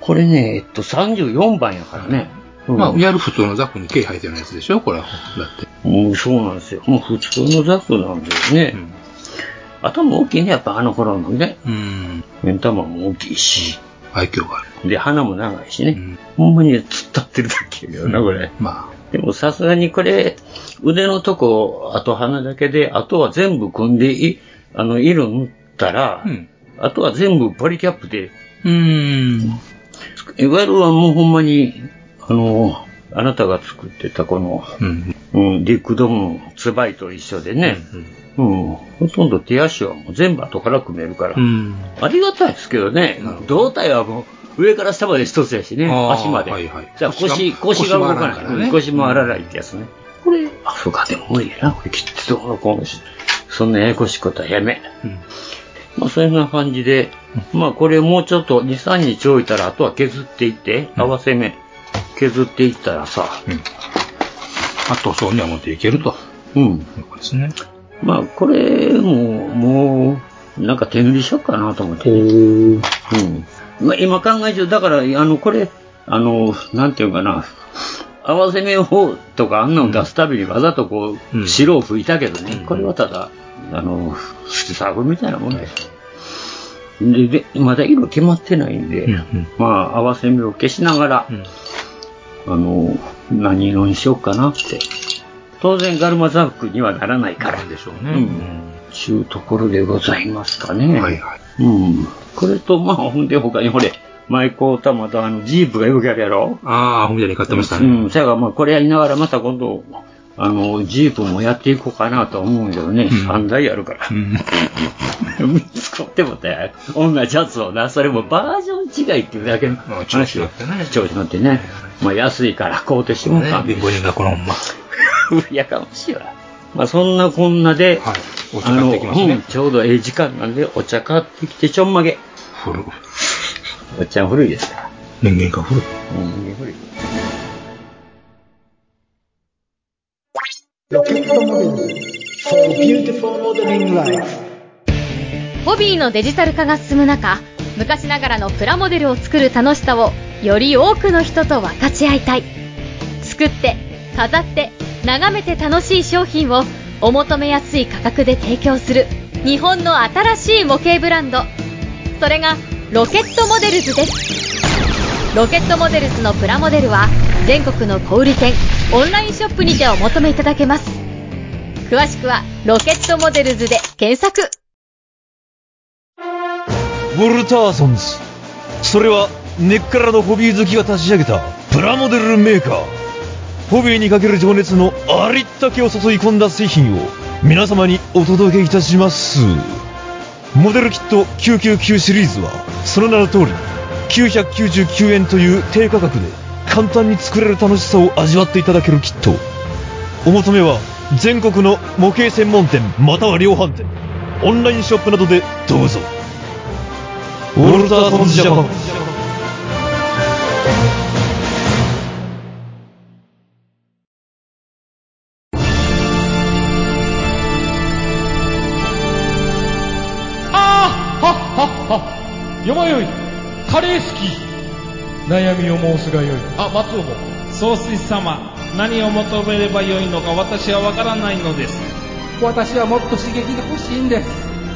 [SPEAKER 7] これね、えっと、34番やからね。うん
[SPEAKER 6] まあ、やる普通のザックに毛生えてるやつでしょこれは。だって。
[SPEAKER 7] うん、そうなんですよ。もう普通のザクなんだよね。
[SPEAKER 6] うん
[SPEAKER 7] 頭大きいね、やっぱあの頃のね。
[SPEAKER 6] うん。
[SPEAKER 7] 目ん玉も大きいし。
[SPEAKER 6] 愛嬌がある。
[SPEAKER 7] で、鼻も長いし
[SPEAKER 6] う
[SPEAKER 7] ね。
[SPEAKER 6] ん
[SPEAKER 7] ほんまに突っ立ってるだけだよな、これ。
[SPEAKER 6] ま
[SPEAKER 7] でもさすがにこれ、腕のとこ、あと鼻だけで、あとは全部組んでい、あの、色塗ったら
[SPEAKER 6] あ。、うん。
[SPEAKER 7] あとは全部ポリキャップで、
[SPEAKER 6] うん。
[SPEAKER 7] いわゆるはもうほんまに、あの、あなたが作ってたこの、
[SPEAKER 6] うん。
[SPEAKER 7] うん、リックドームのツバイと一緒でね、うん、ほとんど手足はもう全部後から組めるから、
[SPEAKER 6] うん。
[SPEAKER 7] ありがたいですけどね、胴体はもう上から下まで一つやしね、
[SPEAKER 6] あー
[SPEAKER 7] 足まで。
[SPEAKER 6] はいはい
[SPEAKER 7] じゃあ
[SPEAKER 6] 腰
[SPEAKER 7] 腰、腰
[SPEAKER 6] が
[SPEAKER 7] が動かない
[SPEAKER 6] 腰
[SPEAKER 7] 腰
[SPEAKER 6] 回らないからね
[SPEAKER 7] 回らないってやつね。これ、あ、そうか、でも無理やな、これ切ってどうのこうのし。そんなややこしいことはやめ。
[SPEAKER 6] うん
[SPEAKER 7] まあ、そんな感じで、まあ、これもうちょっと2、3日置いたら、あとは削っていって、合わせ目、削っていったらさ、
[SPEAKER 6] あと、そうには持っていけると。
[SPEAKER 7] うん。
[SPEAKER 6] いうことですね。
[SPEAKER 7] まあ、これも、もう、なんか手塗りしようかなと思って。
[SPEAKER 6] お
[SPEAKER 7] うん。まあ、今考え中、だから、あの、これ、あの、なんていうかな、合わせ目をとかあんなの出すたびにわざとこう、
[SPEAKER 6] うん
[SPEAKER 7] 白を吹いたけどね、
[SPEAKER 6] うん
[SPEAKER 7] これはただ、あの、サーフみたいなもんです。で、でまだ色決まってないんで、
[SPEAKER 6] うんうん
[SPEAKER 7] まあ、合わせ目を消しながら、
[SPEAKER 6] うん
[SPEAKER 7] あの、何色にしようかなって。当然、ガルマザークにはならないから。
[SPEAKER 6] でしょうね。
[SPEAKER 7] うちゅうところでございますかね。
[SPEAKER 6] はいはい。
[SPEAKER 7] うん。これと、まあ、ほんで他に、ほれ、マイコータマとあの、ジープがよくやるやろ。
[SPEAKER 6] ああ、ほんじゃに買ってました
[SPEAKER 7] う
[SPEAKER 6] ね。
[SPEAKER 7] ん。そやから、まあ、これやりながらまた今度、あの、ジープもやっていこうかなとは思うんだよね。
[SPEAKER 6] うん
[SPEAKER 7] 三台あるから。
[SPEAKER 6] うん。
[SPEAKER 7] 使ってもた同じやつをな、それもバージョン違いっていうだけの
[SPEAKER 6] うん調子乗ってね
[SPEAKER 7] 調子乗ってね。まあ、安いから買うてしまったんで
[SPEAKER 6] ね、。貧乏人がこのほんま。
[SPEAKER 7] いやかもしいわ。まあ、そんなこんなで、
[SPEAKER 6] はいお茶買ってきますね
[SPEAKER 7] あのうんちょうどええ時間なんで、お茶買ってきてちょんまげ。
[SPEAKER 6] 古い。
[SPEAKER 7] お茶古いですから。
[SPEAKER 6] 人間が古い。
[SPEAKER 7] うん、古い。
[SPEAKER 9] ホビーのデジタル化が進む中昔ながらのプラモデルを作る楽しさをより多くの人と分かち合いたい作って飾って眺めて楽しい商品をお求めやすい価格で提供する日本の新しい模型ブランドそれがロケットモデルズですロケットモデルズのプラモデルは全国の小売店オンラインショップにてお求めいただけます詳しくは「ロケットモデルズ」で検索
[SPEAKER 10] ウォルターソンズそれは根っからのホビー好きが立ち上げたプラモデルメーカーホビーにかける情熱のありったけを注い込んだ製品を皆様にお届けいたしますモデルキット999シリーズはその名の通り999円という低価格で簡単に作れる楽しさを味わっていただけるキットお求めは全国の模型専門店または量販店オンラインショップなどでどうぞウォルターソンズジャパン
[SPEAKER 11] ああはっはっはよまよいカレー好き悩みを申すがよいあ松尾総帥様何を求めればよいのか私はわからないのです私はもっと刺激が欲しいんです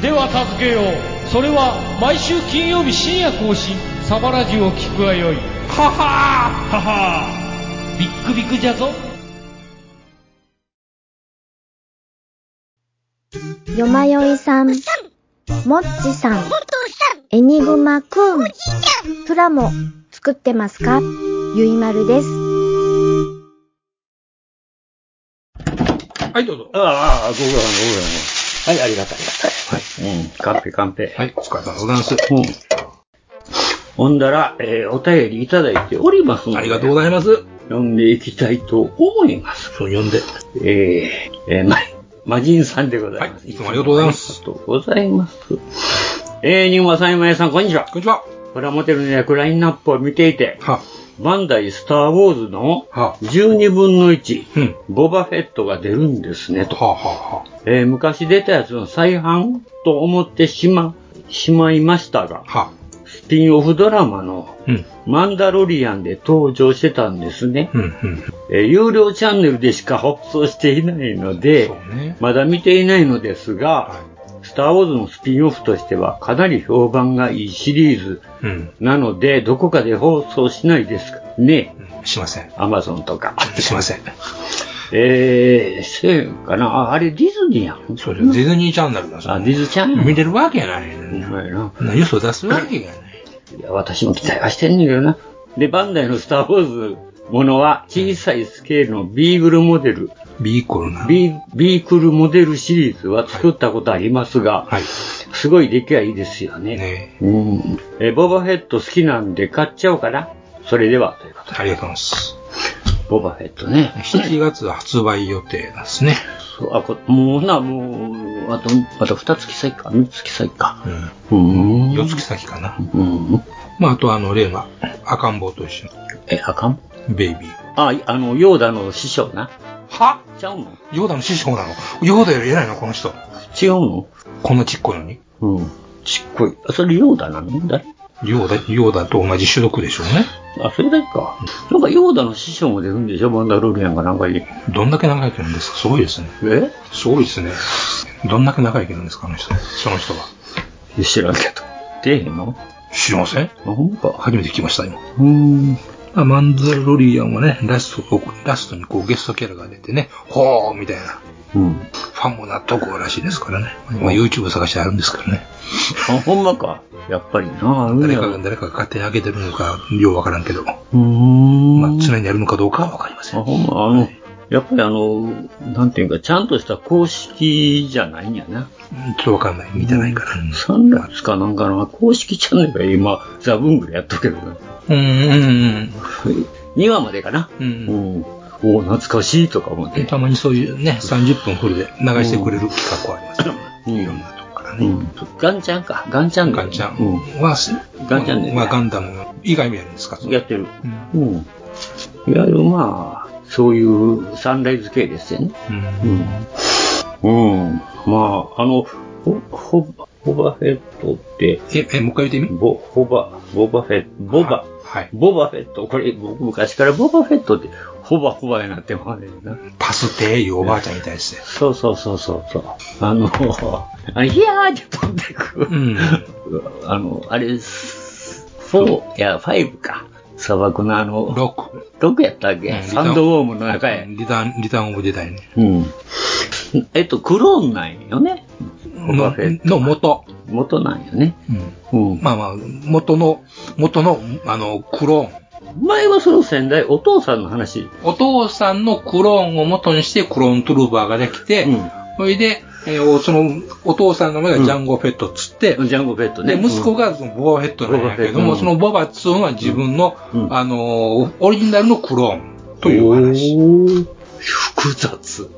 [SPEAKER 11] では助けようそれは毎週金曜日深夜更新サバラジュを聞くがよい。ははーははービックビックじゃぞ。
[SPEAKER 12] よまよいさん、もっちさん、エニグマくん、プラモ作ってますかゆいまるです。
[SPEAKER 6] はい、どうぞ。
[SPEAKER 7] ああ、ああ、ご苦労さん、ご苦労さん。はい、ありがたい。はい。うん、カンペカンペ。はい、お疲れ様でございます。うん。ほんだら、えー、お便りいただいておりますありがとうございます。読んでいきたいと思います。そう、読んで。えー、えー、ま、魔人さんでございます。はい、いつもありがとうございます。ありがとうございます。えー、ニューマさん、今井さん、こんにちは。こんにちは。プラモデルの役ラインナップを見ていて、バンダイスター・ウォーズの12分の1、ボバフェットが出るんですね、と。えー昔出たやつの再販と思ってしま、しまいましたが、スピンオフドラマの
[SPEAKER 6] うん
[SPEAKER 7] マンダロリアンで登場してたんですね。えー有料チャンネルでしか放送していないので、まだ見ていないのですが、スター・ウォーズのスピンオフとしてはかなり評判がいいシリーズ
[SPEAKER 6] うん。
[SPEAKER 7] なので、どこかで放送しないですかね。
[SPEAKER 6] しません。
[SPEAKER 7] アマゾンとか。
[SPEAKER 6] しませ [laughs] ん。
[SPEAKER 7] えー、せんかな。ああれ、ディズニーやん。
[SPEAKER 6] そうです。ディズニーチャンネルなんですあ、
[SPEAKER 7] ディズチャンネル
[SPEAKER 6] 見れるわけやないねんな。
[SPEAKER 7] はいな。
[SPEAKER 6] な、よそ出すわけがない。
[SPEAKER 7] いや、私も期待はしてんねんけどな。で、バンダイのスター・ウォーズものは小さいスケールのビーグルモデル。
[SPEAKER 6] ビークルな。
[SPEAKER 7] ビービークルモデルシリーズは作ったことありますが、すごい出来がいいですよね。うんえーボバフェット好きなんで買っちゃおうかな。それでは、ということ
[SPEAKER 6] ありがとうございます。
[SPEAKER 7] ボバフェットね。
[SPEAKER 6] 7月発売予定なんですね。
[SPEAKER 7] そうあこもうな、もう、あと、あと2月先か、3月先か。
[SPEAKER 6] うん。四月先かな。
[SPEAKER 7] うん。
[SPEAKER 6] まあ、あとあの、例の赤ん坊と一緒に。
[SPEAKER 7] え、赤ん
[SPEAKER 6] ベイビー。
[SPEAKER 7] あ、いあの、ヨーダの師匠な。
[SPEAKER 6] は
[SPEAKER 7] ちゃうの
[SPEAKER 6] ヨーダの師匠なのヨーダより偉いのこの人。
[SPEAKER 7] 違うの
[SPEAKER 6] こんなちっこいのに。
[SPEAKER 7] うん。ちっこい。それヨーダなの誰
[SPEAKER 6] ヨーダ、ヨーダと同じ種族でしょうね。
[SPEAKER 7] あ、それだけか。なんかヨーダの師匠も出るんでしょマンダロリアンがなんかいい。
[SPEAKER 6] どんだけ長生きなんですかすごいですね。
[SPEAKER 7] え
[SPEAKER 6] すごいですね。どんだけ長生きなんですかあの人。その人は。
[SPEAKER 7] 知らんけど。出えへんの
[SPEAKER 6] 知りません。
[SPEAKER 7] あ、ほんか。
[SPEAKER 6] 初めて聞きました、今。
[SPEAKER 7] うん。
[SPEAKER 6] まあ、マンダロリアンはね、ラストこう、ラストにこうゲストキャラが出てね、ほーみたいな。
[SPEAKER 7] うん。
[SPEAKER 6] ファンも納得らしいですからね。まあ、YouTube 探してあるんですけどね。
[SPEAKER 7] あ、ほんまか。やっぱりな
[SPEAKER 6] 誰かが、誰かが勝手に上げてるのか、ようわからんけど。
[SPEAKER 7] うん。
[SPEAKER 6] まあ、常にやるのかどうかはわかりません。
[SPEAKER 7] あ、ほんま、あの、やっぱりあの、なんていうか、ちゃんとした公式じゃないんやな。
[SPEAKER 6] うんちょっとわかんない。見てないから。
[SPEAKER 7] サンライズかなんかの公式チャンネルが今、ザ・ブングでやっとけどな。
[SPEAKER 6] うん、うん、
[SPEAKER 7] 2話までかな。
[SPEAKER 6] うん。うん。
[SPEAKER 7] うん。おお懐かしいとか思って。
[SPEAKER 6] たまにそういうね、30分フルで流してくれる企画はありますね。
[SPEAKER 7] いろんなとこからね。ガンちゃんか。ガンちゃんガンちゃん。うん。
[SPEAKER 6] は、
[SPEAKER 7] ガンちゃんね。
[SPEAKER 6] まあ、ガンダム以外もやるんですか
[SPEAKER 7] やってる。うん。いわゆるまあ、そういうサンライズ系ですよね。うん。うん。まあ、あの、ほ、ほ、ホバフェットって。
[SPEAKER 6] え、え、もう一回言って
[SPEAKER 7] み。ボ、ホバ、ボバフェット、ボバ。
[SPEAKER 6] はい。
[SPEAKER 7] ボバフェット。これ、僕昔からボバフェットって、ホバホバになってもあれな。
[SPEAKER 6] パステーいうおばあちゃんに対して。
[SPEAKER 7] そうそうそうそうそう。あの、あヒヤーって飛んでく。あの、あれ、4、いや、5か。砂漠のあの、6。6やったっけ、サンドウォームの中へ。
[SPEAKER 6] リターン、リターンオブデザインね。
[SPEAKER 7] うん。えっと、クローンなんよね。
[SPEAKER 6] のの元。
[SPEAKER 7] 元なんよね。うん。
[SPEAKER 6] まあまあ、元の、元の、あの、クローン。
[SPEAKER 7] 前はその先代、お父さんの話。
[SPEAKER 6] お父さんのクローンを元にしてクローントゥルーバーができて、それで、えーおその、お父さんの名前がジャンゴフェットっつって、
[SPEAKER 7] ジャンゴフェットね
[SPEAKER 6] で、息子がそのボバフェットなんやけど
[SPEAKER 7] ボ
[SPEAKER 6] も、
[SPEAKER 7] バフェット
[SPEAKER 6] そのボバっつうのは自分の、あのーオリジナルのクローンというお
[SPEAKER 7] 話。複雑。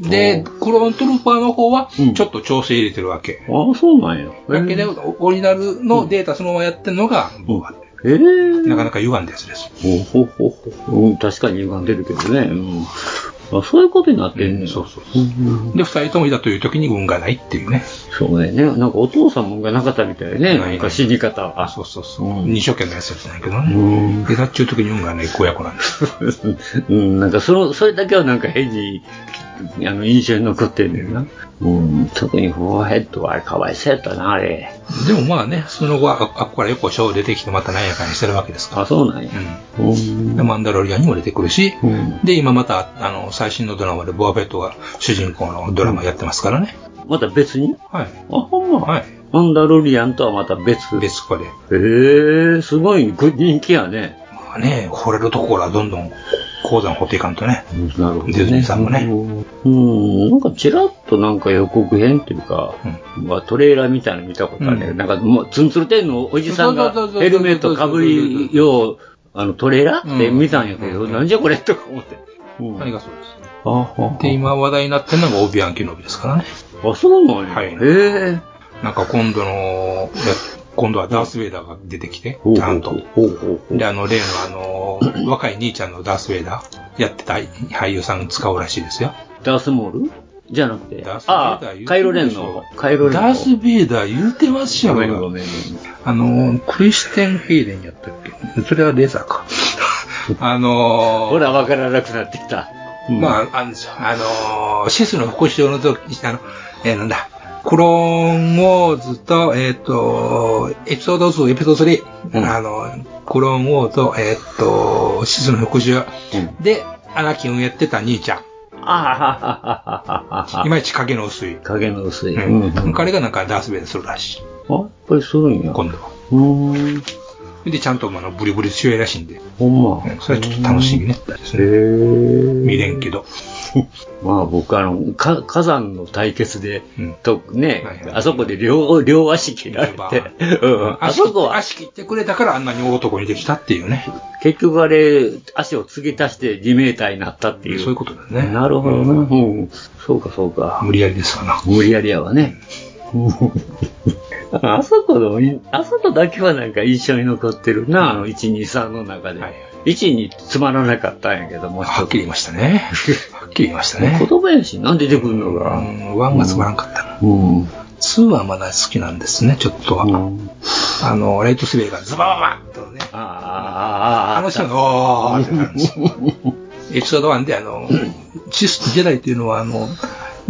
[SPEAKER 6] で、クローントゥルーパーの方は、ちょっと調整入れてるわけ。
[SPEAKER 7] ああ、そうなんや。
[SPEAKER 6] だけど、オリジナルのデータそのままやってるのが、ボバ。
[SPEAKER 7] えー、
[SPEAKER 6] なかなか歪んだやつです。
[SPEAKER 7] ほうほうほうほう。うん、確かに歪んでるけどね。うん。あ、そういうことになってんね、そう
[SPEAKER 6] そうで、二人ともいたという時に運がないっていうね。
[SPEAKER 7] そうね。ね、なんかお父さんも運がなかったみたいね。なんか死に方は。
[SPEAKER 6] そうそうそう。二所懸命やつじゃないけどね。で、だっちゅう時に運がない子役なんです。
[SPEAKER 7] [laughs] うん、なんかその、それだけはなんか変に、あの、印象に残ってんねんな。うん、特にフォアヘッドはあれかわいそうやったな、あれ。
[SPEAKER 6] でもまあね、その後は、ああっこから横章出てきてまた何やかにしてるわけですから。
[SPEAKER 7] あ、そうなんや。
[SPEAKER 6] うん。で、マンダロリアにも出てくるし、で、今また、あの、最新のドラマでボアフェットが主人公のドラマやってますからね。
[SPEAKER 7] また別に
[SPEAKER 6] はい。
[SPEAKER 7] あ、ほんま。はい。マンダロリアンとはまた別。
[SPEAKER 6] 別個で。へ
[SPEAKER 7] え、すごい人気やね。
[SPEAKER 6] まあね、掘れるところはどんどん鉱山掘っていかんとね。
[SPEAKER 7] なるほど、ね。
[SPEAKER 6] ディズニーさんもね。
[SPEAKER 7] うん、なんかちらっとなんか予告編っていうか、まあトレーラーみたいなの見たことあるね。なんかもうツンツルテンのおじさんが
[SPEAKER 6] そうそうそうそう
[SPEAKER 7] ヘルメットかぶりよう、あのトレーラーって見たんやけど、なんじゃこれとか思って。
[SPEAKER 6] 何がそうです。
[SPEAKER 7] あ
[SPEAKER 6] で、今話題になってるのがオビアンキノビですからね。
[SPEAKER 7] あ、そうなんや。
[SPEAKER 6] はい。
[SPEAKER 7] へ
[SPEAKER 6] なんか今度の、や今度はダース・ベイダーが出てきて、ちゃんと。で、あの、例のあの、若い兄ちゃんのダース・ベイダー、やってた俳優さん使うらしいですよ。
[SPEAKER 7] ダース・モールじゃなくて、
[SPEAKER 6] ダース・ベイ
[SPEAKER 7] あ
[SPEAKER 6] ダ
[SPEAKER 7] あ
[SPEAKER 6] ー言うてるでしょ
[SPEAKER 7] カイロレンの、カイロレンの。
[SPEAKER 6] ダース・ベイダー言うてますよ、
[SPEAKER 7] ごめんご
[SPEAKER 6] あの、クリステン・ヘイデンやったっけそれはレーザーか。
[SPEAKER 7] [laughs]
[SPEAKER 6] あのー、ほ
[SPEAKER 7] ら、わからなくなってきた。
[SPEAKER 6] まあ、あの、あのーシスの副首相の時、あの、えーなんだ、クローンウォーズと、えっ、と、エピソード2、エピソード3、あの、クローンウォーズと、えっ、と、シスの副首相、で、アナキンをやってた兄ちゃん。
[SPEAKER 7] あ
[SPEAKER 6] いまいち影の薄い。
[SPEAKER 7] 影の薄い。
[SPEAKER 6] 彼がなんかダースベイダーするらしい。
[SPEAKER 7] あ、やっぱりするんや。
[SPEAKER 6] 今度は。
[SPEAKER 7] うん。
[SPEAKER 6] で、ちゃんとあのブリブリ強いらしいんで。
[SPEAKER 7] ほんま。
[SPEAKER 6] それはちょっと楽しみね。
[SPEAKER 7] へー
[SPEAKER 6] 見れんけど。
[SPEAKER 7] まあ僕あの、か火山の対決で、とね、あそこで両両足切られて、うん、あ
[SPEAKER 6] 足
[SPEAKER 7] そこは
[SPEAKER 6] 足切ってくれたからあんなに大男にできたっていうね。
[SPEAKER 7] 結局あれ、足を継ぎ足して2メーターになったっていう。そういう
[SPEAKER 6] ことだね。
[SPEAKER 7] なるほどな、うんそうかそうか。
[SPEAKER 6] 無理やりですわな。
[SPEAKER 7] 無理やりやわね。 [laughs] あそこの、あそこだけはなんか印象に残ってるな、あの、1、2、3の中で。1、2つまらなかったんやけども。はっ
[SPEAKER 6] きり言いましたね。はっきり言いましたね。
[SPEAKER 7] [laughs] 子供やし、なんで出てくるのが。
[SPEAKER 6] ワンがつまらんかった。
[SPEAKER 7] うん。
[SPEAKER 6] ツーはまだ好きなんですね、ちょっとは。あの、ライトスベイがズバババッとね。
[SPEAKER 7] あ
[SPEAKER 6] あの人が、おーってなるん
[SPEAKER 7] [laughs]
[SPEAKER 6] ですよエピソード1で、あの、シス、ジェダイっていうのは、あの、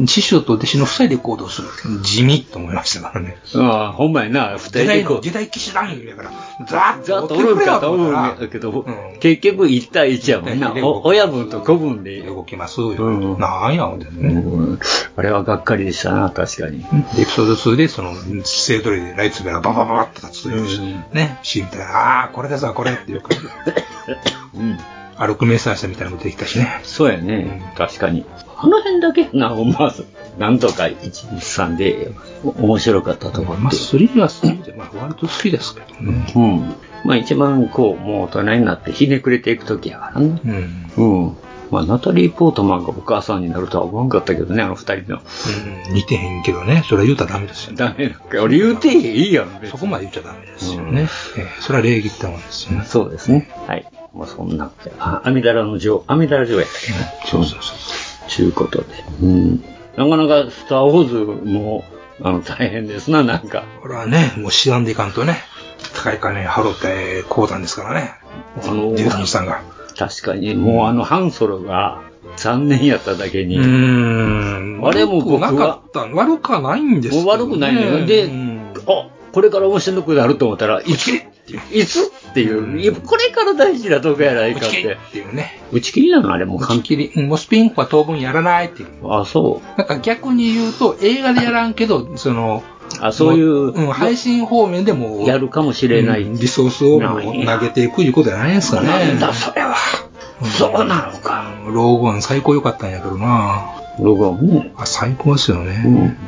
[SPEAKER 6] 師匠と弟子の夫妻で行動する。地味と思いましたからね。
[SPEAKER 7] ああ、ほんまやな、二
[SPEAKER 6] ジェ
[SPEAKER 7] 人
[SPEAKER 6] ダイ
[SPEAKER 7] で
[SPEAKER 6] の、
[SPEAKER 7] こ
[SPEAKER 6] ジェダイ騎士団員だから、ザーッ
[SPEAKER 7] う、ざ
[SPEAKER 6] と
[SPEAKER 7] っと
[SPEAKER 6] 追
[SPEAKER 7] お
[SPEAKER 6] ってく
[SPEAKER 7] るん
[SPEAKER 6] れよと
[SPEAKER 7] かと
[SPEAKER 6] 思
[SPEAKER 7] 思
[SPEAKER 6] ったら
[SPEAKER 7] うんやけど、結局1対1やも [laughs] んな。お親分と子分で。
[SPEAKER 6] 動きますよ。なんや、ほんでね。
[SPEAKER 7] うんあれはがっかりでしたな、確かに。
[SPEAKER 6] でエピソード2で、その、正トレでライツベがババババッと立つという、ね、シーンみたいな、ああー、これでさ、これっていうか、
[SPEAKER 7] うん。
[SPEAKER 6] 歩く名産者みたいなのも出てきたしね。
[SPEAKER 7] そうやね、確かに。あの辺だけやな、思わず。なんとか1、2、3でお面白かったと思って。まあ、
[SPEAKER 6] 3は好きで、まあ、割と好きですけどね。
[SPEAKER 7] うん。まあ、一番こう、もう大人になってひねくれていく時やからね。
[SPEAKER 6] うん。
[SPEAKER 7] うん。まあ、ナタリー・ポートマンがお母さんになるとは思わんかったけどね、あの二人の。
[SPEAKER 6] うん、似てへんけどね、それは言うたらダメですよ。
[SPEAKER 7] ダメなんか、俺言うてへんいいやん、
[SPEAKER 6] そこまで言っちゃダメですよね。えーそれは礼儀ってもんですよね。
[SPEAKER 7] そうですね。はい。まあ、そんな、あ、アミダラの女王、アミダラ女王やったっけな。。
[SPEAKER 6] そうそうそう
[SPEAKER 7] ちゅうことで。うん。なかなか、スター・ウォーズも、あの、大変ですな、なんか。
[SPEAKER 6] これはね、もう知らんでいかんとね、高い金払って講談ですからね。
[SPEAKER 7] あの
[SPEAKER 6] ディズニーさんが。
[SPEAKER 7] 確かに、もうあの、ハンソロが、残念やっただけに。
[SPEAKER 6] うん
[SPEAKER 7] あれも僕
[SPEAKER 6] なか
[SPEAKER 7] は、
[SPEAKER 6] った。悪くはないんですけ
[SPEAKER 7] もう悪くないのよ。で、あ、これから面白くなると思ったら、いついつっていう、いやこれから大事なとこやないかって。
[SPEAKER 6] っていうね。
[SPEAKER 7] 打ち切りなのあれもう
[SPEAKER 6] 打ち切り。うんもうスピンオフは当分やらないっていう。
[SPEAKER 7] あ、そ
[SPEAKER 6] なんか逆に言うと、映画でやらんけど、その、
[SPEAKER 7] あそういう
[SPEAKER 6] もん配信方面でも
[SPEAKER 7] やるかもしれない
[SPEAKER 6] うんリソースをもう投げていくいうことじゃないですかね。
[SPEAKER 7] なんだそれは。そうなのか。
[SPEAKER 6] ローゴン最高良かったんやけどな
[SPEAKER 7] ローゴンね。
[SPEAKER 6] あ最高ですよね。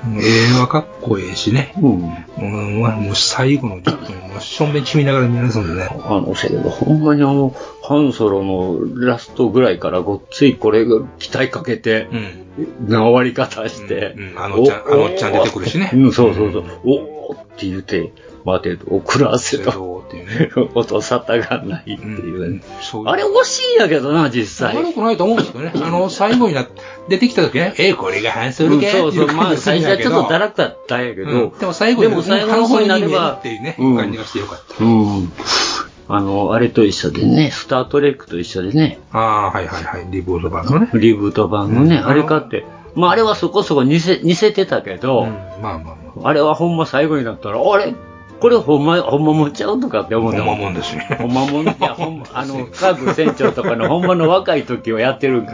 [SPEAKER 6] うん、映画かっこええしね。うんまあもう最後の10分、もうしょんべんちみながら見られそうでね。
[SPEAKER 7] う。あの、せやけど、ほんまにあの、ハンソロのラストぐらいからごっついこれが期待かけて、 [laughs] 終わり方して、
[SPEAKER 6] あのちゃんあのちゃん出てくるしね
[SPEAKER 7] うん、そうそうそう。おーって言うて、待てと、遅らせと、 [laughs] 音沙汰がないっていうね。あれ惜しいんやけどな、実際。
[SPEAKER 6] 悪くないと思うんですけどね。あの、最後にな出てきた時ね、えー、これが反
[SPEAKER 7] う
[SPEAKER 6] 則
[SPEAKER 7] ん
[SPEAKER 6] け
[SPEAKER 7] そうそう、まあ最初はちょっとだ
[SPEAKER 6] だ
[SPEAKER 7] らくだったんやけ
[SPEAKER 6] け
[SPEAKER 7] ど、
[SPEAKER 6] ど、うんでも最後に、
[SPEAKER 7] でも最後の
[SPEAKER 6] 反
[SPEAKER 7] 方
[SPEAKER 6] 則
[SPEAKER 7] に
[SPEAKER 6] に
[SPEAKER 7] な
[SPEAKER 6] な
[SPEAKER 7] れ
[SPEAKER 6] れば、
[SPEAKER 7] ば
[SPEAKER 6] っ、ていうね、感じがしてよかった。
[SPEAKER 7] うん。あの、あれと一緒でね、スタートレックと一緒でね。
[SPEAKER 6] ああ、はいはいはい。リブート版のね。
[SPEAKER 7] リブート版のね、あれ買って。まあ、あれはそこそこ似せ、似せてたけど、
[SPEAKER 6] まあまあま
[SPEAKER 7] あれはほんま最後になったら、あれこれほんま、ほんまもんちゃうとかって思って。ほんま
[SPEAKER 6] もんですね。
[SPEAKER 7] ほんまもん、いや、ほんま、あの、各船長とかのほんまの若い時をやってるか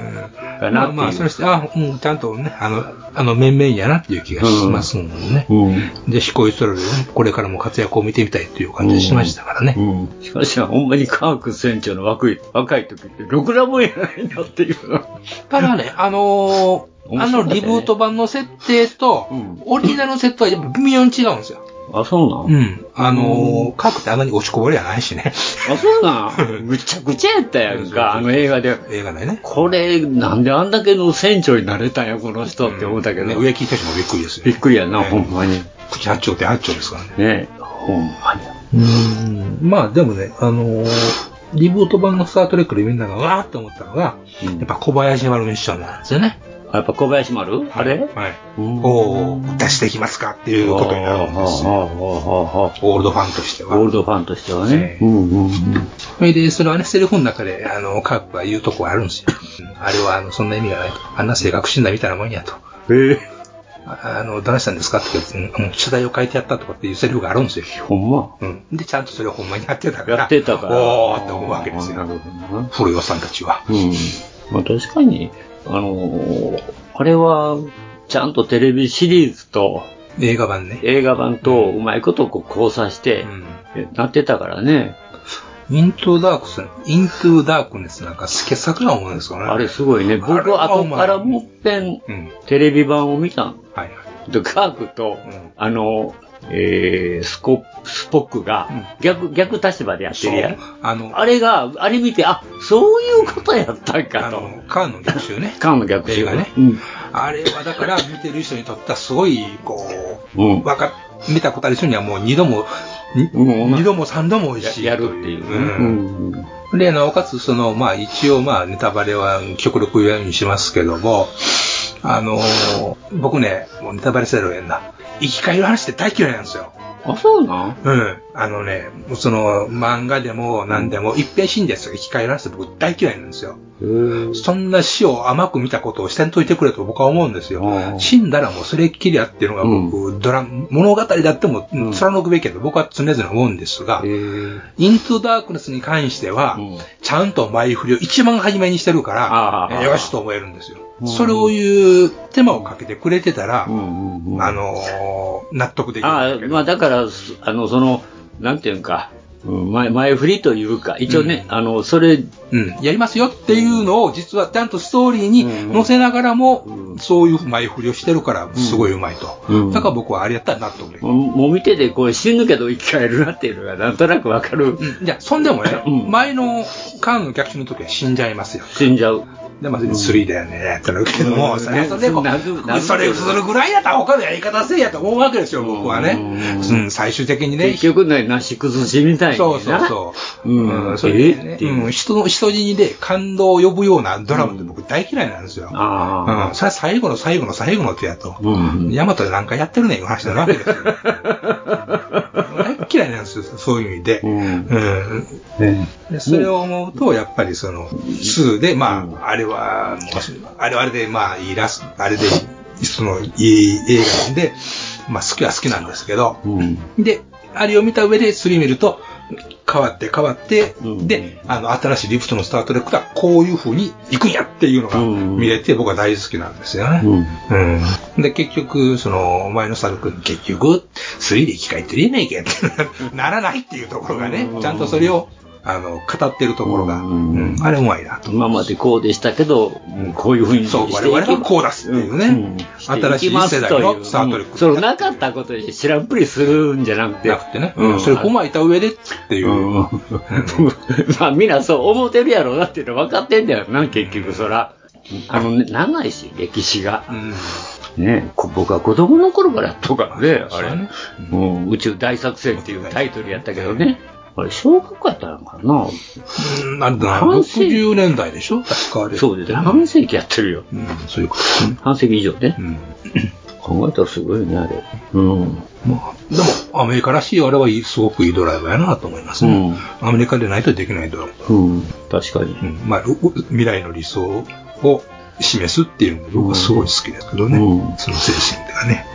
[SPEAKER 6] あ。ま
[SPEAKER 7] な
[SPEAKER 6] あ
[SPEAKER 7] っていう。
[SPEAKER 6] まあ、それして、あうんちゃんとね、あの、あの、面々やなっていう気がしますもんね。で、飛行機空でね、これからも活躍を見てみたいっていう感じがしましたからね。
[SPEAKER 7] しかし、ほんまに科学船長の若い、若い時って、ろくなもんやないなっていう。
[SPEAKER 6] ただね、あのーあのリブート版の設定と、オリジナルの設定はやっぱ微妙に違うんですよ。
[SPEAKER 7] [laughs] あ、そうなん
[SPEAKER 6] うん。あのー、書くってあんなに落ちこぼれはない
[SPEAKER 7] [laughs]
[SPEAKER 6] しね。
[SPEAKER 7] あ、そうなんむちゃくちゃやったやんか、あの映画で。
[SPEAKER 6] 映画でね。
[SPEAKER 7] これ、なんであんだけの船長になれたんや、この人って思ったけど。
[SPEAKER 6] 上木仁もびっくりですよ。
[SPEAKER 7] びっくりやな、ほんまに。
[SPEAKER 6] 口八丁って八丁ですからね。
[SPEAKER 7] ねほんま
[SPEAKER 6] うん。まあでもね、あのーリブート版のスタートレックでみんながわーって思ったのが、やっぱ小林丸ミッションなんですよね。
[SPEAKER 7] やっぱ小林丸、あれ
[SPEAKER 6] はい。おー、出してきますかっていうことになるんですよ。
[SPEAKER 7] オ
[SPEAKER 6] ールドファンとしては。
[SPEAKER 7] オールドファンとしてはね。
[SPEAKER 6] それで、それはね、セリフの中で、あの、カープは言うとこあるんですよ。うんあれは、あの、そんな意味がないと。あんな性格診断みたいなもんやと。
[SPEAKER 7] ええ
[SPEAKER 6] ああの、どうしたんですかって言うとうんうん謝罪を変えてやったとかっていうセリフがあるんですよ。
[SPEAKER 7] ほんま。
[SPEAKER 6] うん。で、ちゃんとそれをほんまにやってたから。
[SPEAKER 7] やってたから
[SPEAKER 6] おーって思うわけですよ。古いおっさんたちは。
[SPEAKER 7] うん。まあ確かに、あのーあれは、ちゃんとテレビシリーズと、
[SPEAKER 6] 映画版ね。
[SPEAKER 7] 映画版とうまいことこう交差して、えなってたからね。
[SPEAKER 6] イントゥダークス、イントゥダークネスなんか傑作なものですよね。
[SPEAKER 7] あれすごいね。僕は後からもっぺん、テレビ版を見たの。
[SPEAKER 6] はい。
[SPEAKER 7] で、カークと、あの、えー、スコ、スポックが、逆、逆立場でやってるやん。
[SPEAKER 6] あの、
[SPEAKER 7] あれが、あれ見て、あ、そういうことやったんかと。
[SPEAKER 6] カーンの逆
[SPEAKER 7] [laughs]
[SPEAKER 6] 襲ね。
[SPEAKER 7] カーンの逆襲
[SPEAKER 6] 映画ね。
[SPEAKER 7] うん。
[SPEAKER 6] あれはだから見てる人にとってはすごい、こう、
[SPEAKER 7] うん
[SPEAKER 6] わか、見たことある人にはもう二度も、に二度も三度も美味しい
[SPEAKER 7] やるっていう。
[SPEAKER 6] うんで、なおかつ、その、まあ一応まあネタバレは極力言うようにしますけども、あのー僕ね、もうネタバレせろやんな。生き返る話って大嫌いなんですよ。
[SPEAKER 7] あ、そうなん
[SPEAKER 6] うん。あのね、もうその漫画でも何でも、一平死んですよ。生き返る話って僕大嫌いなんですよ。そんな死を甘く見たことをしてんといてくれと僕は思うんですよ。死んだらもうそれっきりやっていうのが僕、ドラマ、物語だっても貫くべきだと僕は常々思うんですが、イントゥダークネスに関しては、ちゃんと前振りを一番初めにしてるから、えーよしと思えるんですよ。それをいう手間をかけてくれてたら、あのー納得できる。
[SPEAKER 7] ああ、まあだから、すあの、その、なんていうんか、うん前前振りというか、一応ね、あの、それ、
[SPEAKER 6] やりますよっていうのを、実はちゃんとストーリーに載せながらも、そういう前振りをしてるから、すごいうまいと。だから僕はあれやったら納得できる。
[SPEAKER 7] もうもう見てて、こう死ぬけど生き返るなっていうのがなんとなくわかる。
[SPEAKER 6] いや、そんでもね、前のカーンの逆襲の時は死んじゃいますよ。
[SPEAKER 7] 死んじゃう。
[SPEAKER 6] で、まあ、3だよね、やったらけども、それはそれでこうそれするぐらいだったら他のやり方せえやと思うわけですよ、僕はね。うん、最終的にね。
[SPEAKER 7] 結局ね、なし崩しみたいにな。
[SPEAKER 6] そうそうそう。
[SPEAKER 7] うん、
[SPEAKER 6] それでね、うん、人の、人死にで感動を呼ぶようなドラマって僕大嫌いなんですよ。
[SPEAKER 7] あ
[SPEAKER 6] うん、それは最後の最後の最後の手やと。
[SPEAKER 7] うん。
[SPEAKER 6] ヤマトで何回やってるねんいう話になるわけです [laughs] よ。大嫌いなんですよ、そういう意味で。うんでそれを思うと、やっぱりその、2で、まあ、あれは、もしあれはあれで、まあ、いいラス、あれで、その、いい映画なんで、まあ、好きは好きなんですけど、で、あれを見た上で3見ると、変わって変わって、で、あの、新しいリプトのスタートレックとはこういう風に行くんやっていうのが見れて、僕は大好きなんですよね。うんで、結局、その、お前のサル君、結局、3で生き返ってるやねえけ [laughs] って、ならないっていうところがね、ちゃんとそれを、あの、語ってるところが、うんあれうまいなと。
[SPEAKER 7] 今までこうでしたけど、こういうふうに
[SPEAKER 6] そう、
[SPEAKER 7] して
[SPEAKER 6] 我
[SPEAKER 7] いき
[SPEAKER 6] 々はこう出すっていうね、新しい世代のスタートレック
[SPEAKER 7] ック。そのなかったことに知らんぷりするんじゃなくて。なく
[SPEAKER 6] てね。うん、それ踏まえた上でっていう。
[SPEAKER 7] [laughs] まあみんなそう思ってるやろうなっていうの分かってんだよな、結局そら。あの、ね、長いし、歴史が。ねこ僕は子供の頃からやっとからね、あれ。もう宇宙大作戦っていうタイトルやったけどね。あれ、小学校やったのかな
[SPEAKER 6] うん、なんだ、
[SPEAKER 7] 半世紀
[SPEAKER 6] 60年代でしょ確かあれ。
[SPEAKER 7] そうですね。半世紀やってるよ。。
[SPEAKER 6] そういうこと
[SPEAKER 7] 半世紀以上ね。考えたらすごいね、あれ。うん。
[SPEAKER 6] でも、アメリカらしいあれはいい、すごくいいドライバーやなと思いますね。アメリカでないとできないドライバ
[SPEAKER 7] ー。確かに。
[SPEAKER 6] まあ、う未来の理想を示すっていうのが僕はすごい好きですけどね。その精神がね。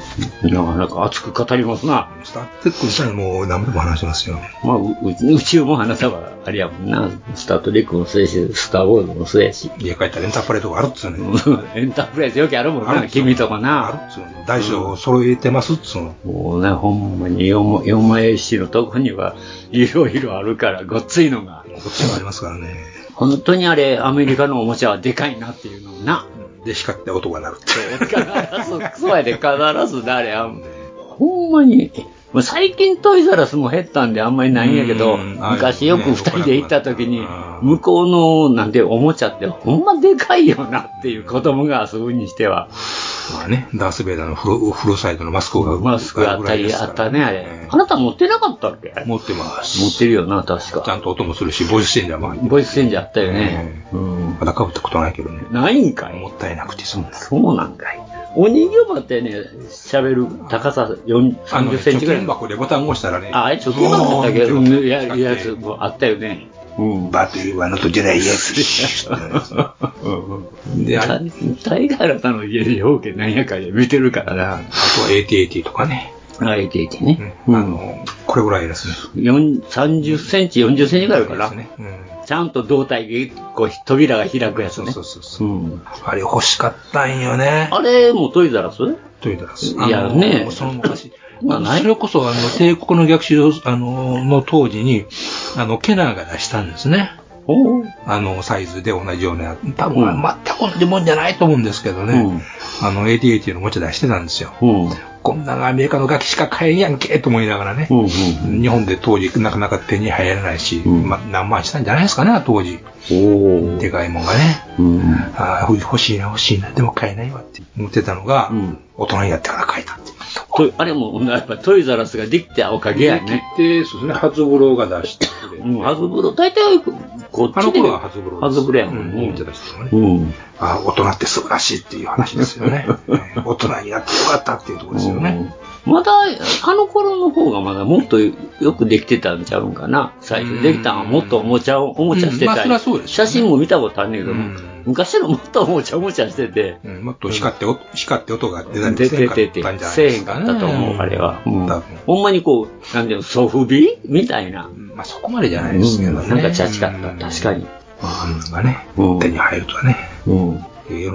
[SPEAKER 7] なかなか熱く語りますな。
[SPEAKER 6] スタートテック自体もう何でも話しますよ。
[SPEAKER 7] まあ、うう宇宙もあなたはあれやもんな。スタートレックもそうやし、スター・ウォーズもそうやし。
[SPEAKER 6] 家帰ったらエンタープレイとかあるっつうね。
[SPEAKER 7] エンタープレイズよくあるもんな、君とかな。あるっ
[SPEAKER 6] つうの。大小揃えてますっつうの。
[SPEAKER 7] もうね、ほんまに 4, 4枚石のとこには、いろいろあるから、ごっついのが。
[SPEAKER 6] こっちもありますからね。
[SPEAKER 7] 本当にあれ、アメリカのおもちゃはでかいなっていうのもな。
[SPEAKER 6] で、光って音が鳴るって。
[SPEAKER 7] 必ず、そうやで必ずなあれ、あんほんまに、もう最近トイザラスも減ったんであんまりないんやけど、昔よく二人で行った時に、向こうの、なんて、おもちゃってほんまでかいよなっていう子供が遊ぶにしては。
[SPEAKER 6] まあね、ダース・ベイダーのフロフロサイドのマスクが
[SPEAKER 7] マスクあったり、あったね、あれ。あなた持ってなかったっけ
[SPEAKER 6] 持ってます。
[SPEAKER 7] 持ってるよな、確か。
[SPEAKER 6] ちゃんと音もするし、ボイスチェンジャーもある。
[SPEAKER 7] ボイスチェンジャーあったよね。
[SPEAKER 6] まだ被ったことないけどね。
[SPEAKER 7] ないんかい
[SPEAKER 6] もったいなくて、そんな。
[SPEAKER 7] そうなんかい。お人形ばってね、喋る高さ4 30センチぐらい。
[SPEAKER 6] 箱でボタンを押したらね、
[SPEAKER 7] あ、あれ貯金箱だったけど、うんやるやつもあったよね。うん。
[SPEAKER 6] バというワのと出ないやつ。
[SPEAKER 7] [laughs] で、あれ、大河原さんの家でようけなんやかんや見てるからな。
[SPEAKER 6] あとは AT-AT とかね。
[SPEAKER 7] あ、AT-AT ね。
[SPEAKER 6] あの、これぐらいです。
[SPEAKER 7] 4 30センチ、40センチぐらいかな。ちゃんと胴体が、こう、扉が開くやつね。
[SPEAKER 6] そうそうそう。あれ欲しかったんよね。
[SPEAKER 7] あれ、もうトイザラス
[SPEAKER 6] トイザラス。
[SPEAKER 7] いやね
[SPEAKER 6] その昔。それこそ、あの、帝国の逆襲を、あの、の当時に、あの、ケナーが出したんですね。あの、サイズで同じような、多分、
[SPEAKER 7] うん
[SPEAKER 6] 全く同じもんじゃないと思うんですけどね。あの、AT-AT のおもちゃ出してたんですよ。こんなのアメリカの楽器しか買えんやんけと思いながらね。日本で当時、なかなか手に入らないし、まあ、何万したんじゃないですかね、当時。でかいもんがね。ああ、欲しいな、欲しいな、でも買えないわって思ってたのが、大人になってから買えたって。
[SPEAKER 7] とあれも、やっぱトイザラスができたおかげやね。
[SPEAKER 6] で、そうですね、初ブローが出してくれて。
[SPEAKER 7] うん、ハズブロ、大体、こっちで。
[SPEAKER 6] あの頃はハズブロ
[SPEAKER 7] ハズブロやも
[SPEAKER 6] うんん、
[SPEAKER 7] ね。
[SPEAKER 6] 見てた人もね。
[SPEAKER 7] うん。
[SPEAKER 6] ああ、大人って素晴らしいっていう話ですよ
[SPEAKER 7] [laughs]
[SPEAKER 6] ね。えー大人になってよかったっていうところですよね。
[SPEAKER 7] まだ、あの頃の方がまだもっとよくできてたんちゃうんかな。最初できたんはもっとおもちゃを、おもちゃして
[SPEAKER 6] うんまあ
[SPEAKER 7] た
[SPEAKER 6] そ
[SPEAKER 7] り、
[SPEAKER 6] りゃそうです
[SPEAKER 7] 写真も見たことあんねんけど、昔のもっとおもちゃおもちゃしてて、
[SPEAKER 6] うんもっと光ってお、光って音が出たり
[SPEAKER 7] 出
[SPEAKER 6] せん
[SPEAKER 7] て
[SPEAKER 6] かった
[SPEAKER 7] て
[SPEAKER 6] んじ
[SPEAKER 7] て
[SPEAKER 6] ゃない、
[SPEAKER 7] せえ
[SPEAKER 6] で
[SPEAKER 7] へ
[SPEAKER 6] す
[SPEAKER 7] ん
[SPEAKER 6] か
[SPEAKER 7] か
[SPEAKER 6] ね。
[SPEAKER 7] ったと思う、あれは。う
[SPEAKER 6] 多
[SPEAKER 7] ん
[SPEAKER 6] 分
[SPEAKER 7] ほんまにこう、なんていうの、ソフビみたいな。
[SPEAKER 6] まあそこまでじゃないですけどね。
[SPEAKER 7] なんかチャチかった、確かに。
[SPEAKER 6] あんなね、手に入るとね。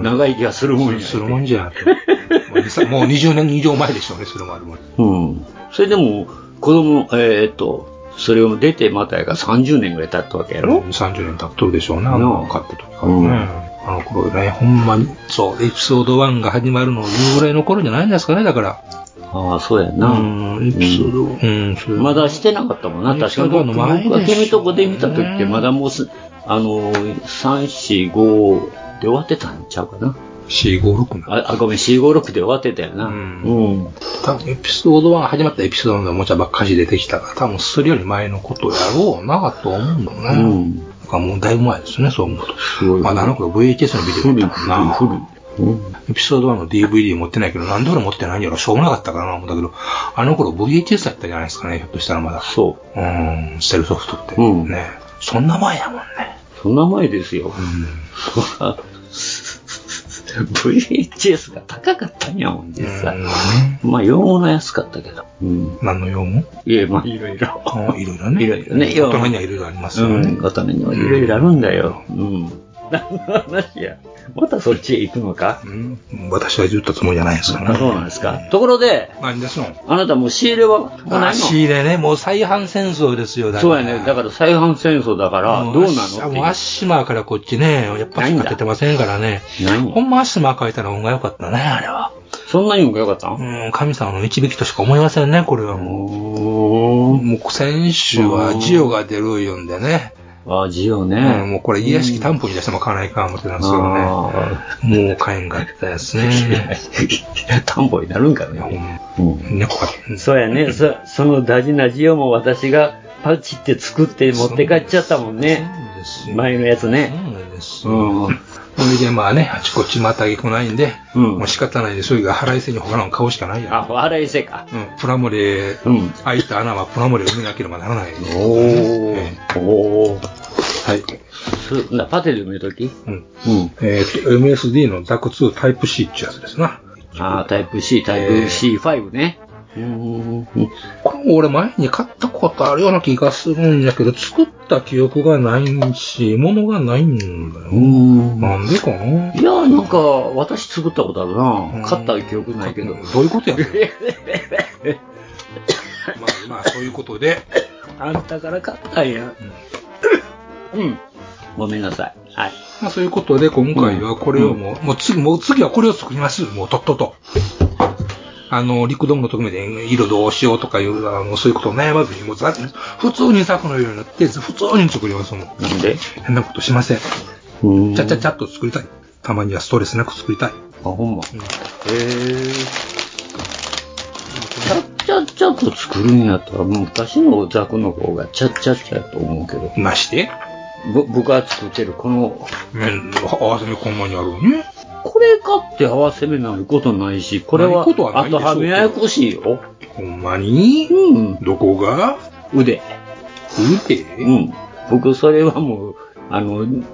[SPEAKER 7] 長生きはするもんや。
[SPEAKER 6] するもん
[SPEAKER 7] [laughs]
[SPEAKER 6] じゃって。もう20もう20年以上前でしょうね、それもあるもん。
[SPEAKER 7] うん。それでも、子供、えーっと、それを出てまたやから30年ぐらい経ったわけやろ、
[SPEAKER 6] 30年経っとるでしょうな、
[SPEAKER 7] なあ
[SPEAKER 6] もう買った時からね。あの頃ね、ほんまに、そう、エピソード1が始まるの、いうぐらいの頃じゃないんですかね、だから。
[SPEAKER 7] ああ、そうやな。
[SPEAKER 6] うん、エピソード、うん、それ
[SPEAKER 7] まだしてなかったもんな、確かに。
[SPEAKER 6] そう
[SPEAKER 7] 僕
[SPEAKER 6] だ
[SPEAKER 7] 僕
[SPEAKER 6] 前でしょ
[SPEAKER 7] が君とこで見た時って、まだもうす、あのー、3、4、5で終わってたんちゃうかな。
[SPEAKER 6] 456な。
[SPEAKER 7] あ、あごめん、4、5、6で終わってたよな。うん。
[SPEAKER 6] 多分エピソード1始まったエピソード1のおもちゃばっかし出てきたから、多分それより前のことやろうなと思うんだよね。
[SPEAKER 7] うん。
[SPEAKER 6] だからもうだいぶ前ですね、そう思うと。
[SPEAKER 7] ごい
[SPEAKER 6] まだあの頃 VHS のビデオだったもんな。エピソード1の DVD 持ってないけど、なんで俺持ってないんやろしょうもなかったからな、思うんだけど、あの頃 VHS だったじゃないですかね、ひょっとしたらまだ。。
[SPEAKER 7] そう
[SPEAKER 6] うん、セルソフトって。
[SPEAKER 7] うん
[SPEAKER 6] ね。そんな前やもんね。
[SPEAKER 7] そんな前ですよ。そら VHS が高かったんやもん、実際。まあ、用物は安かったけど。うん。
[SPEAKER 6] 何の用も
[SPEAKER 7] いや、まあ、いろいろ。
[SPEAKER 6] うんいろいろね。
[SPEAKER 7] いろいろね、
[SPEAKER 6] 大人にはいろいろありますよ
[SPEAKER 7] う
[SPEAKER 6] ね。
[SPEAKER 7] ん、大人にはいろいろあるんだよ。うん。何の話や。またそっちへ行くのか
[SPEAKER 6] 私は言ったつもりじゃないですから
[SPEAKER 7] あそうなんですか。ところで、
[SPEAKER 6] 何ですの
[SPEAKER 7] あなたもう仕入れはもうない
[SPEAKER 6] あ
[SPEAKER 7] の
[SPEAKER 6] 仕入れね、もう再販戦争ですよ、だか
[SPEAKER 7] そう
[SPEAKER 6] ら。
[SPEAKER 7] やね。だから再販戦争だから、どうなの
[SPEAKER 6] あ
[SPEAKER 7] ってい
[SPEAKER 6] もう
[SPEAKER 7] う
[SPEAKER 6] アッシマーからこっちね、やっぱしか出てませんからね。
[SPEAKER 7] 何
[SPEAKER 6] ほんまアッシマー書いたら運が良かったね、あれは。
[SPEAKER 7] そんなにも良かったん
[SPEAKER 6] うん、神様の導きとしか思いませんね、これは
[SPEAKER 7] も
[SPEAKER 6] う。もう先週はジオが出るいうんでね。
[SPEAKER 7] あ、ジオね。
[SPEAKER 6] うん、もうこれ癒しき担保に出しても買わないか思ってたんですけどね。もう買えんかったです [laughs] ね。
[SPEAKER 7] [laughs] 田んぼになるんかね。
[SPEAKER 6] 猫が。
[SPEAKER 7] そうやね。そ、その大事なジオも私がパチって作って持って帰っちゃったもんね。前のやつね。うん。
[SPEAKER 6] ほんで、まあね、あちこちまたげこないんで、もう仕方ないで、そういうが腹いせに他のを買うしかないや
[SPEAKER 7] あ、笑いせ
[SPEAKER 6] ん。
[SPEAKER 7] か。
[SPEAKER 6] プラモで、開いた穴はプラモで埋めなければならない。
[SPEAKER 7] おー。おー。
[SPEAKER 6] はい。
[SPEAKER 7] すなパテで埋めとき
[SPEAKER 6] うん。えっと、MSD の DAC2 タイプ C ってやつですな。
[SPEAKER 7] ああ、タイプ C、タイプ C5 ね。
[SPEAKER 6] これ俺前に買ったことあるような気がするんやけど、作った記憶がないし、物がないんだよ。なんでかない
[SPEAKER 7] やーなんか、私作ったことあるな。買った記憶ないけ [laughs] ど。
[SPEAKER 6] どういうことや [laughs] まあまあ、そういうことで。
[SPEAKER 7] あんたから買ったんや。うん。ごめんなさい。はい。
[SPEAKER 6] まあ、そういうことで、今回はこれをもう、もう次、もう次はこれを作ります。もう、とっとと。あの、陸道具の特命で色どうしようとかいう、あの、そういうことを悩まずに、もうざ、普通に作のようになって、普通に作りますもん。
[SPEAKER 7] なんで
[SPEAKER 6] 変なことしません。
[SPEAKER 7] ち
[SPEAKER 6] ゃちゃちゃっと作りたい。たまにはストレスなく作りたい。
[SPEAKER 7] あ、ほんま。
[SPEAKER 6] へ
[SPEAKER 7] ちゃっちゃっと作るんやったら、昔のザクの方がちゃっちゃっちゃやと思うけど。
[SPEAKER 6] まして
[SPEAKER 7] ぼ僕が作ってるこの、
[SPEAKER 6] 麺の合わせ目こんなにあるのね。
[SPEAKER 7] これ買って合わせ目ないことないし、これ
[SPEAKER 6] ない
[SPEAKER 7] は、
[SPEAKER 6] ことはないでしょ
[SPEAKER 7] あ
[SPEAKER 6] う
[SPEAKER 7] とはめややこしいよ。
[SPEAKER 6] ほんまに
[SPEAKER 7] うん。
[SPEAKER 6] どこが
[SPEAKER 7] 腕。
[SPEAKER 6] 腕
[SPEAKER 7] うん。僕、それはもう、あの、ん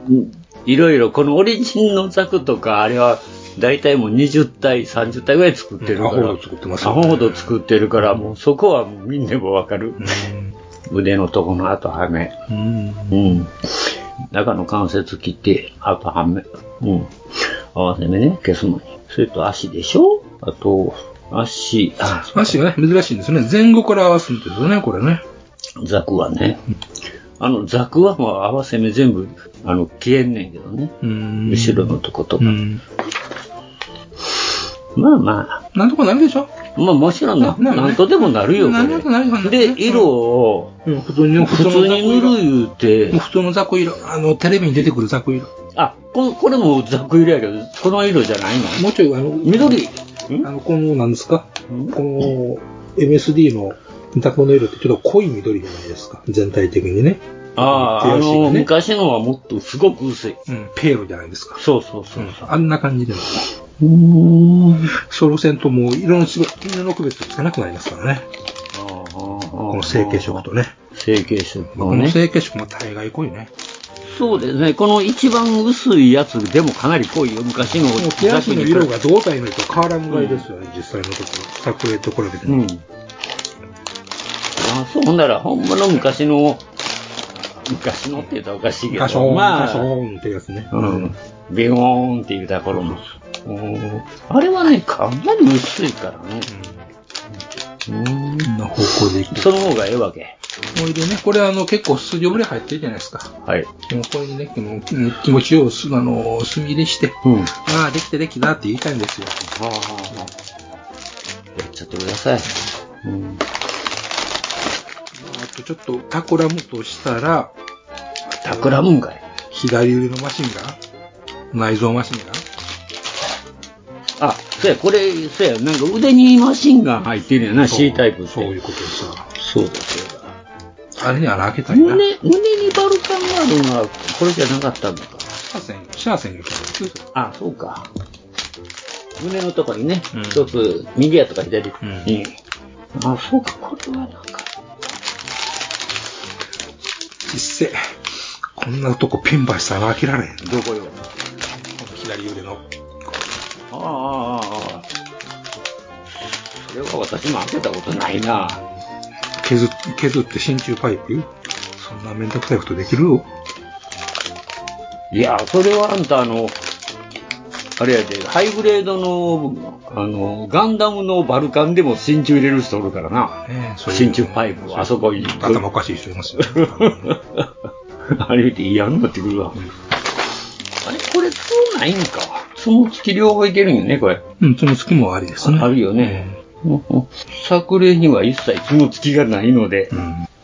[SPEAKER 7] いろいろ、このオリジンのザクとか、あれは、大体もう20体、30体ぐらい作ってるから。
[SPEAKER 6] うんアホほど作ってますよ
[SPEAKER 7] アホほど作ってるから、もうそこはもうみんなもわかる。腕のとこの後はめ。
[SPEAKER 6] うん。
[SPEAKER 7] うん。中の関節切って、あと半目。うん。合わせ目ね、消すのに。それと足でしょあと、足、あ、
[SPEAKER 6] 足がね、珍しいんですね。前後から合わすんですよね、これね。
[SPEAKER 7] ザクはね。あの、ザクはもう合わせ目全部、あの、消えんねんけどね。
[SPEAKER 6] うん。
[SPEAKER 7] 後ろのとことか
[SPEAKER 6] う。ん。
[SPEAKER 7] まあまあ。
[SPEAKER 6] なんとかなるでしょ
[SPEAKER 7] まあもちろんな、
[SPEAKER 6] なるね
[SPEAKER 7] なんとでもなるよ、こ
[SPEAKER 6] なんとかなる
[SPEAKER 7] れ。で、色を、
[SPEAKER 6] 普通に、
[SPEAKER 7] 普通に塗る言うて、
[SPEAKER 6] 普通の雑魚色。あの、テレビに出てくる雑魚色。
[SPEAKER 7] あ、ここれもザク色やけど、この色じゃないの
[SPEAKER 6] もうちょい、あの、
[SPEAKER 7] 緑。
[SPEAKER 6] あの、この、なんですかこの、MSD の雑魚の色ってちょっと濃い緑じゃないですか。全体的にね。
[SPEAKER 7] ああ、
[SPEAKER 6] 手
[SPEAKER 7] あ
[SPEAKER 6] 足が
[SPEAKER 7] の、
[SPEAKER 6] ね
[SPEAKER 7] 昔のはもっとすごく薄い。
[SPEAKER 6] うん、ペールじゃないですか。
[SPEAKER 7] そうそうそう。
[SPEAKER 6] あんな感じでも。ソロ線ともう色の違い、色の区別つかなくなりますからね。
[SPEAKER 7] こ
[SPEAKER 6] の成形色とね。
[SPEAKER 7] 成形色
[SPEAKER 6] こ
[SPEAKER 7] の
[SPEAKER 6] の
[SPEAKER 7] ね。
[SPEAKER 6] 成形色も大概濃いね。
[SPEAKER 7] そうですね。この一番薄いやつでもかなり濃いよ。昔の
[SPEAKER 6] もう手足の色が胴体の色と変わらんぐらいですよね、実際のところ。作例と比べて
[SPEAKER 7] うん。あ、そうほんなら、ほんまの昔の、昔のって言ったらおかしいけど、
[SPEAKER 6] ガショーン、
[SPEAKER 7] ま
[SPEAKER 6] ガショ
[SPEAKER 7] あ、
[SPEAKER 6] ーンってやつね。
[SPEAKER 7] うん。ビヨーンって言うた頃の。うんあれはね、かなり薄いからね。うん。
[SPEAKER 6] な方向でいく。
[SPEAKER 7] その方がええわけ。
[SPEAKER 6] ほいでね、これあの結構筋油入ってるじゃないですか。
[SPEAKER 7] はい。
[SPEAKER 6] もうこれにね、もううん気持ちをすあの墨入れして、
[SPEAKER 7] うん。
[SPEAKER 6] ああ、できたできたって言いたいんですよ。
[SPEAKER 7] ああ。やっちゃってください。うん。
[SPEAKER 6] あとちょっと企むとしたら、
[SPEAKER 7] 企むんかい
[SPEAKER 6] 左腕のマシンが内臓マシンが
[SPEAKER 7] あ、そうや、これ、そうや、なんか腕にマシンガン入ってるやな、C タイプって。そういう
[SPEAKER 6] ことさ。
[SPEAKER 7] そうだ、そう
[SPEAKER 6] あれに穴開けた
[SPEAKER 7] だ。
[SPEAKER 6] いな。
[SPEAKER 7] 胸、胸にバルカンがあるのは、これじゃなかったのか。
[SPEAKER 6] シャーセン、シャーセンがそうそう
[SPEAKER 7] あ、そうか。胸のとこにね、一、つ、右やとか左に。あ、そうか、これはなんか。
[SPEAKER 6] ちっせ。こんなとこピンバイしたら開けられへん。
[SPEAKER 7] どこよ。
[SPEAKER 6] 左腕の。
[SPEAKER 7] ああ、ああ、ああ。それは私も開けたことないな。
[SPEAKER 6] 削っ削って真鍮パイプそんなめんどくさいことできるよ。
[SPEAKER 7] いや、それはあんた、あの、あれやで、ハイグレードの、あの、ガンダムのバルカンでも真鍮入れる人おるからな。
[SPEAKER 6] ねえそういう
[SPEAKER 7] 真鍮パイプ、あそこに。
[SPEAKER 6] 頭おかしい人い
[SPEAKER 7] [laughs]
[SPEAKER 6] ますよ。
[SPEAKER 7] あれって嫌になってくるわ。あれ、これ、そうないんか。その月両方いけるんよね、これ。
[SPEAKER 6] うん、その月もありですね。
[SPEAKER 7] あるよね。 [laughs] うんうん作例には一切その月がないので。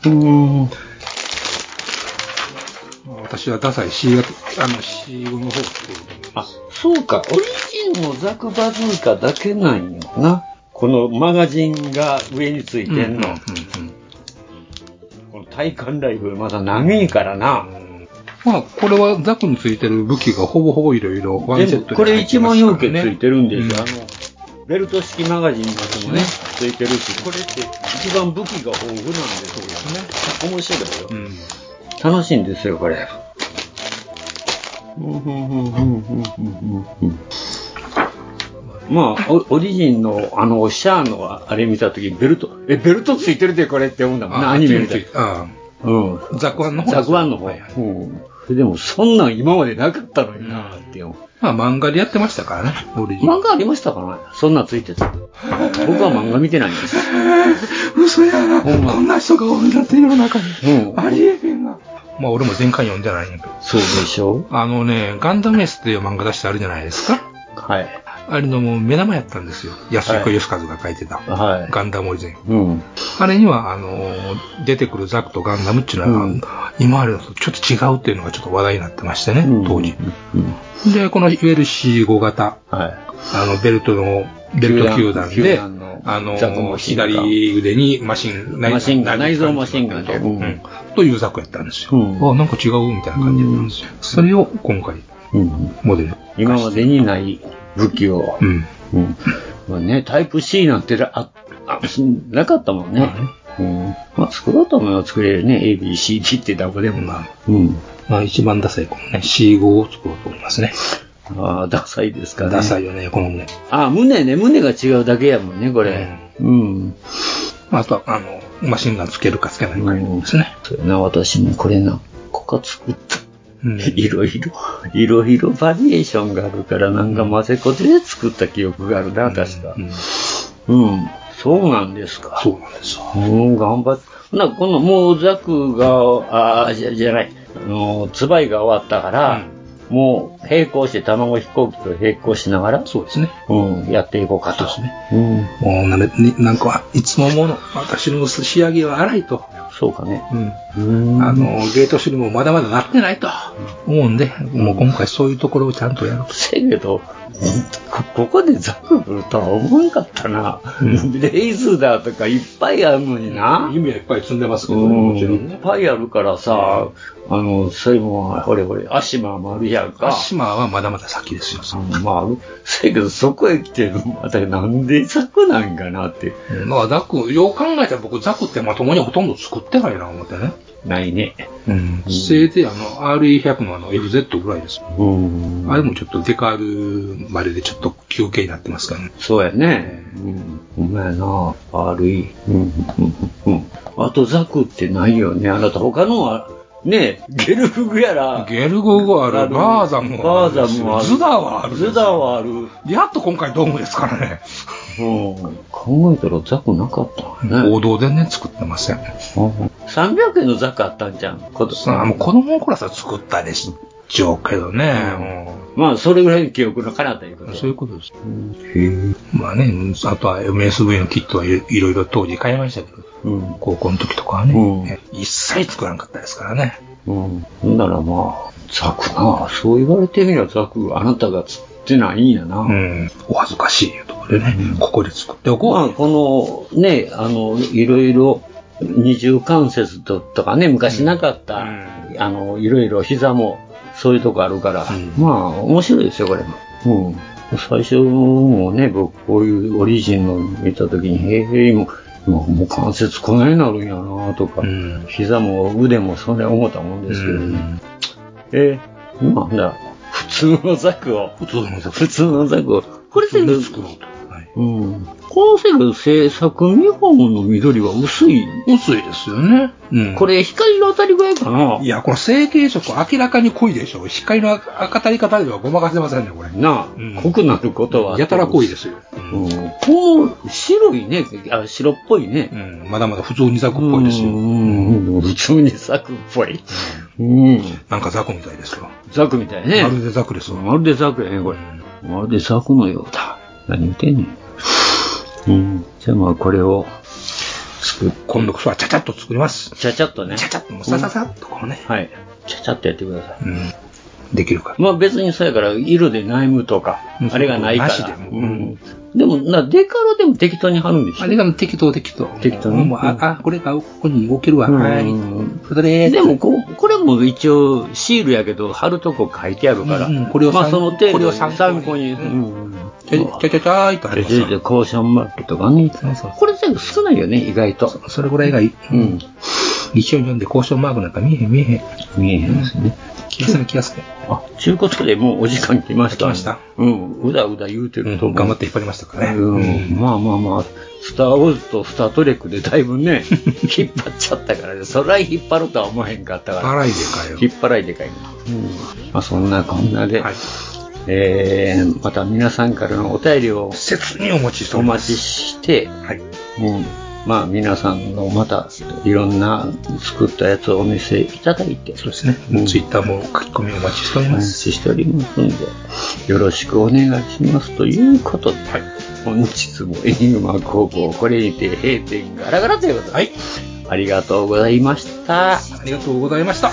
[SPEAKER 7] うん。
[SPEAKER 6] 私はダサい C 型、あの C5 の方っていう
[SPEAKER 7] あ、そうか、オリジンのザクバズーカだけなんよな。このマガジンが上についてんの。この体感ライフ、まだ長いからな。
[SPEAKER 6] まあ、これはザクについてる武器がほぼほぼいろいろワンセ
[SPEAKER 7] 全
[SPEAKER 6] ッ
[SPEAKER 7] 部、
[SPEAKER 6] ト
[SPEAKER 7] これ一万
[SPEAKER 6] 要
[SPEAKER 7] 要
[SPEAKER 6] 件
[SPEAKER 7] 件ついてるんですよ。あの、ベルト式マガジンまでもね、ついてるし、これって一番武器が豊富なんで、そうですね。面白いよ。楽しいんですよ、これ。まあ、オオリジンの、あの、シャアのあれ見たとき、ベルト、え、ベルトついてるで、これって思うんだもんな、アニメみたいな。うん。
[SPEAKER 6] ザクワンの方
[SPEAKER 7] ザクワンの方。うん。それでも、そんなん今までなかったのになって思う。
[SPEAKER 6] まあ、漫画でやってましたからね、オリジン。
[SPEAKER 7] 漫画ありましたかねそんなんついてた。僕は漫画見てないんです。
[SPEAKER 6] 嘘やな、こんな人がおるなんて世の中に。
[SPEAKER 7] うん。
[SPEAKER 6] ありえへんな。まあ、俺も全巻読んでないんやけど。
[SPEAKER 7] そうでしょ
[SPEAKER 6] あのね、ガンダムエスっていう漫画出してあるじゃないですか。
[SPEAKER 7] はい。
[SPEAKER 6] あれのもう目玉やったんですよ。安彦義和が書いてた。
[SPEAKER 7] はい。
[SPEAKER 6] ガンダムオリジン。
[SPEAKER 7] うん。
[SPEAKER 6] あれには、あのー出てくるザクとガンダムっていうのは、今までのとちょっと違うっていうのがちょっと話題になってましてね、当時。で、このいわゆる C5 型、あの、ベルトの、ベルト球団
[SPEAKER 7] 球
[SPEAKER 6] で、
[SPEAKER 7] 団の
[SPEAKER 6] あの
[SPEAKER 7] ザク
[SPEAKER 6] ー
[SPEAKER 7] マシンガン
[SPEAKER 6] 左腕にマシン、
[SPEAKER 7] マシンガン内蔵マ
[SPEAKER 6] シンガンで、うんというザクやったんですよ。
[SPEAKER 7] うん
[SPEAKER 6] あ、なんか違うみたいな感じだったんですよ。それを今回、モデル。
[SPEAKER 7] 今までにない武器を。
[SPEAKER 6] うん。
[SPEAKER 7] まあね、タイプ C なんてらあ、あ、なかったもんね。うん。まあ、作ろうと思えば作れるね。A、B、C、D ってどこでもな。うん。
[SPEAKER 6] まあ、一番ダサい、このね、C5 を作ろうと思いますね。
[SPEAKER 7] ああ、ダサいですかね。
[SPEAKER 6] ダサいよね、この胸。
[SPEAKER 7] ああ、胸ね、胸が違うだけやもんね、これ。うん。
[SPEAKER 6] まあ、あとは、あの、マシンガンつけるかつけないかですね。
[SPEAKER 7] そうやな、私もこれな、ここ作った。
[SPEAKER 6] [laughs] うん
[SPEAKER 7] いろいろ、いろいろバリエーションがあるから、なんか混ぜこぜで作った記憶があるな、確か。うん。そうなんですか。
[SPEAKER 6] そうなんですよ。
[SPEAKER 7] うん、頑張って。ほな、この、もうザクが、あーじゃ、じゃない、あの、ツバイが終わったから、もう並行して、卵飛行機と並行しながら、
[SPEAKER 6] そうですね。
[SPEAKER 7] うん、やっていこうかと。そうですね。うん。
[SPEAKER 6] もうなめ、ねなんか、いつももの、私の仕上げは荒いと。
[SPEAKER 7] そうかね。
[SPEAKER 6] うん。あの、ゲート処理もまだまだなってないと思うんで、もう今回そういうところをちゃんとやる。
[SPEAKER 7] せやけど、こここでザク来るとは思わなかったな。レイズーだとかいっぱいあるのにな。
[SPEAKER 6] 夢はいっぱい積んでますけど
[SPEAKER 7] ね、
[SPEAKER 6] ね
[SPEAKER 7] も
[SPEAKER 6] も
[SPEAKER 7] ち
[SPEAKER 6] ち
[SPEAKER 7] ろ
[SPEAKER 6] ろ
[SPEAKER 7] ん。いっぱいあるからさ、あの、それも、ほれほれ、アシマもあるやんか。アシ
[SPEAKER 6] マはまだまだ先ですよ。
[SPEAKER 7] まあ、ある。せやけど、そこへ来て、またなんでザクなんかなって。
[SPEAKER 6] だからザク、よう考えたら僕ザクってまともにほとんど作ってないな、思ってね。
[SPEAKER 7] ないね。
[SPEAKER 6] うん。せいで、あの、RE100 のあの FZ ぐらいです。
[SPEAKER 7] うん。
[SPEAKER 6] あれもちょっとデカールまででちょっと休憩になってますからね。
[SPEAKER 7] そうやね。うん。お前な、悪い。うん。うん。うん。あとザクってないよね。あなた他のは、 [laughs] ねゲルフグやら。
[SPEAKER 6] ゲルフグある、バーザム
[SPEAKER 7] バ
[SPEAKER 6] はあ
[SPEAKER 7] ーザムはある。
[SPEAKER 6] ズダはある。
[SPEAKER 7] ズダはある。
[SPEAKER 6] やっと今回ドームですからね。
[SPEAKER 7] うん。考えたらザクなかったね。
[SPEAKER 6] 王道でね、作ってません。
[SPEAKER 7] 300円のザクあったんじゃん。こ
[SPEAKER 6] さあ、もう子供の頃はさ、作ったりしちゃうけどね。
[SPEAKER 7] まあ、それぐらいの記憶の彼方いうこと
[SPEAKER 6] そういうことです。まあね、あとは MSV のキットはいろいろいろ当時買いましたけど、高校の時とかはね、一切作らなかったですからね。
[SPEAKER 7] うん。ほんならまあ、ザクな。そう言われてみればザク、あなたが釣ってないんやな。
[SPEAKER 6] うん。お恥ずかしいところでね、ここで作っておこう。
[SPEAKER 7] まあ、このね、あの、いろいろ、二重関節とかね、昔なかった、あの、いろいろ膝も、そういうとこあるから、まあ、面白いですよ、これも。うん。最初もね、僕、こういうオリジンを見たときに、へえへえ、もう、もうもう関節こないなるんやなとか、膝も腕もそれ思ったもんですけどね。えー、まあ、だから普通のザクを。
[SPEAKER 6] 普通のザク。
[SPEAKER 7] 普通のザクを。これ全部作ろうと。うん。このせいで制作日本の緑は薄い。
[SPEAKER 6] 薄いですよね。うん。
[SPEAKER 7] これ光の当たり具合かない
[SPEAKER 6] や、この成形色明らかに濃いでしょ。光の当たり方ではごまかせませんね、これ。
[SPEAKER 7] なあ、濃くなることは。
[SPEAKER 6] やたら濃いですよ。
[SPEAKER 7] うん。こう、白いね、あ白っぽいね。
[SPEAKER 6] うん。まだまだ普通にザクっぽいですよ。
[SPEAKER 7] うん。普通にザクっぽい。うん。
[SPEAKER 6] なんかザクみたいですよ。
[SPEAKER 7] ザクみたいね。
[SPEAKER 6] まるでザクですわ。
[SPEAKER 7] まるでザクやね、これ。まるでザクのようだ。何言ってんねん。うん。じゃあまあこれを
[SPEAKER 6] 作っ今度こそはちゃちゃっと作ります。
[SPEAKER 7] ちゃちゃっとね。
[SPEAKER 6] ちゃちゃっと、もうさささっとこうね。
[SPEAKER 7] はい。ちゃちゃっとやってください。
[SPEAKER 6] できるか。
[SPEAKER 7] まあ別にそうやから、色で悩むとか、
[SPEAKER 6] うん
[SPEAKER 7] あれがないか
[SPEAKER 6] そうい
[SPEAKER 7] ら。
[SPEAKER 6] うことなしで
[SPEAKER 7] うんでも、な、デカロでも適当に貼るんでしょ
[SPEAKER 6] あれが適当適当。
[SPEAKER 7] 適当
[SPEAKER 6] もう
[SPEAKER 7] に
[SPEAKER 6] もう。あ、あ、これが、ここに動けるわ。
[SPEAKER 7] うん
[SPEAKER 6] はい。それで、
[SPEAKER 7] でもこ、これも一応、シールやけど、貼るとこ書いてあるから、
[SPEAKER 6] うんうんこれを
[SPEAKER 7] まあ
[SPEAKER 6] 参
[SPEAKER 7] その程
[SPEAKER 6] これ
[SPEAKER 7] 度
[SPEAKER 6] を
[SPEAKER 7] に
[SPEAKER 6] 参
[SPEAKER 7] 参考に、
[SPEAKER 6] ちょちょちょちょーいと貼ります
[SPEAKER 7] で、コーションマークとかね。これ全部少ないよね、意外と。
[SPEAKER 6] それぐらいがいい。
[SPEAKER 7] うん。
[SPEAKER 6] 一緒に読んで、交渉マークなんか見えへん見えへん。
[SPEAKER 7] 見えへんですね。
[SPEAKER 6] 気がする気がする。
[SPEAKER 7] あ、ちゅうことでもうお時間来ました、
[SPEAKER 6] 来ました。
[SPEAKER 7] うん、うだうだ言うてると思う、
[SPEAKER 6] 頑張って引っ張りましたからね。
[SPEAKER 7] うん、まあまあまあ、スター・ウォーズとスター・トレックでだいぶ [laughs] ね、引っ張っちゃったからね、そりゃ引っ張るとは思えへんかったから。
[SPEAKER 6] 引っ張らいでかいよ
[SPEAKER 7] 引っ張らいでかいな。うん。まあそんなこんなで、えー、また皆さんからのお便りを
[SPEAKER 6] 切にお待ちしてお
[SPEAKER 7] お
[SPEAKER 6] りま
[SPEAKER 7] 待
[SPEAKER 6] す。
[SPEAKER 7] ちして、うん、まあ皆さんのまたいろんな作ったやつをお見せいただいて、そうですね、
[SPEAKER 6] ツイッターも書き込みお待ちしており
[SPEAKER 7] お
[SPEAKER 6] ま
[SPEAKER 7] 待
[SPEAKER 6] す。
[SPEAKER 7] ちしておりますんで、よろしくお願いしますということで、本日もエニグマ高校、これにて閉店ガラガラということで、ありがとうございました。あ
[SPEAKER 6] りがとうございました。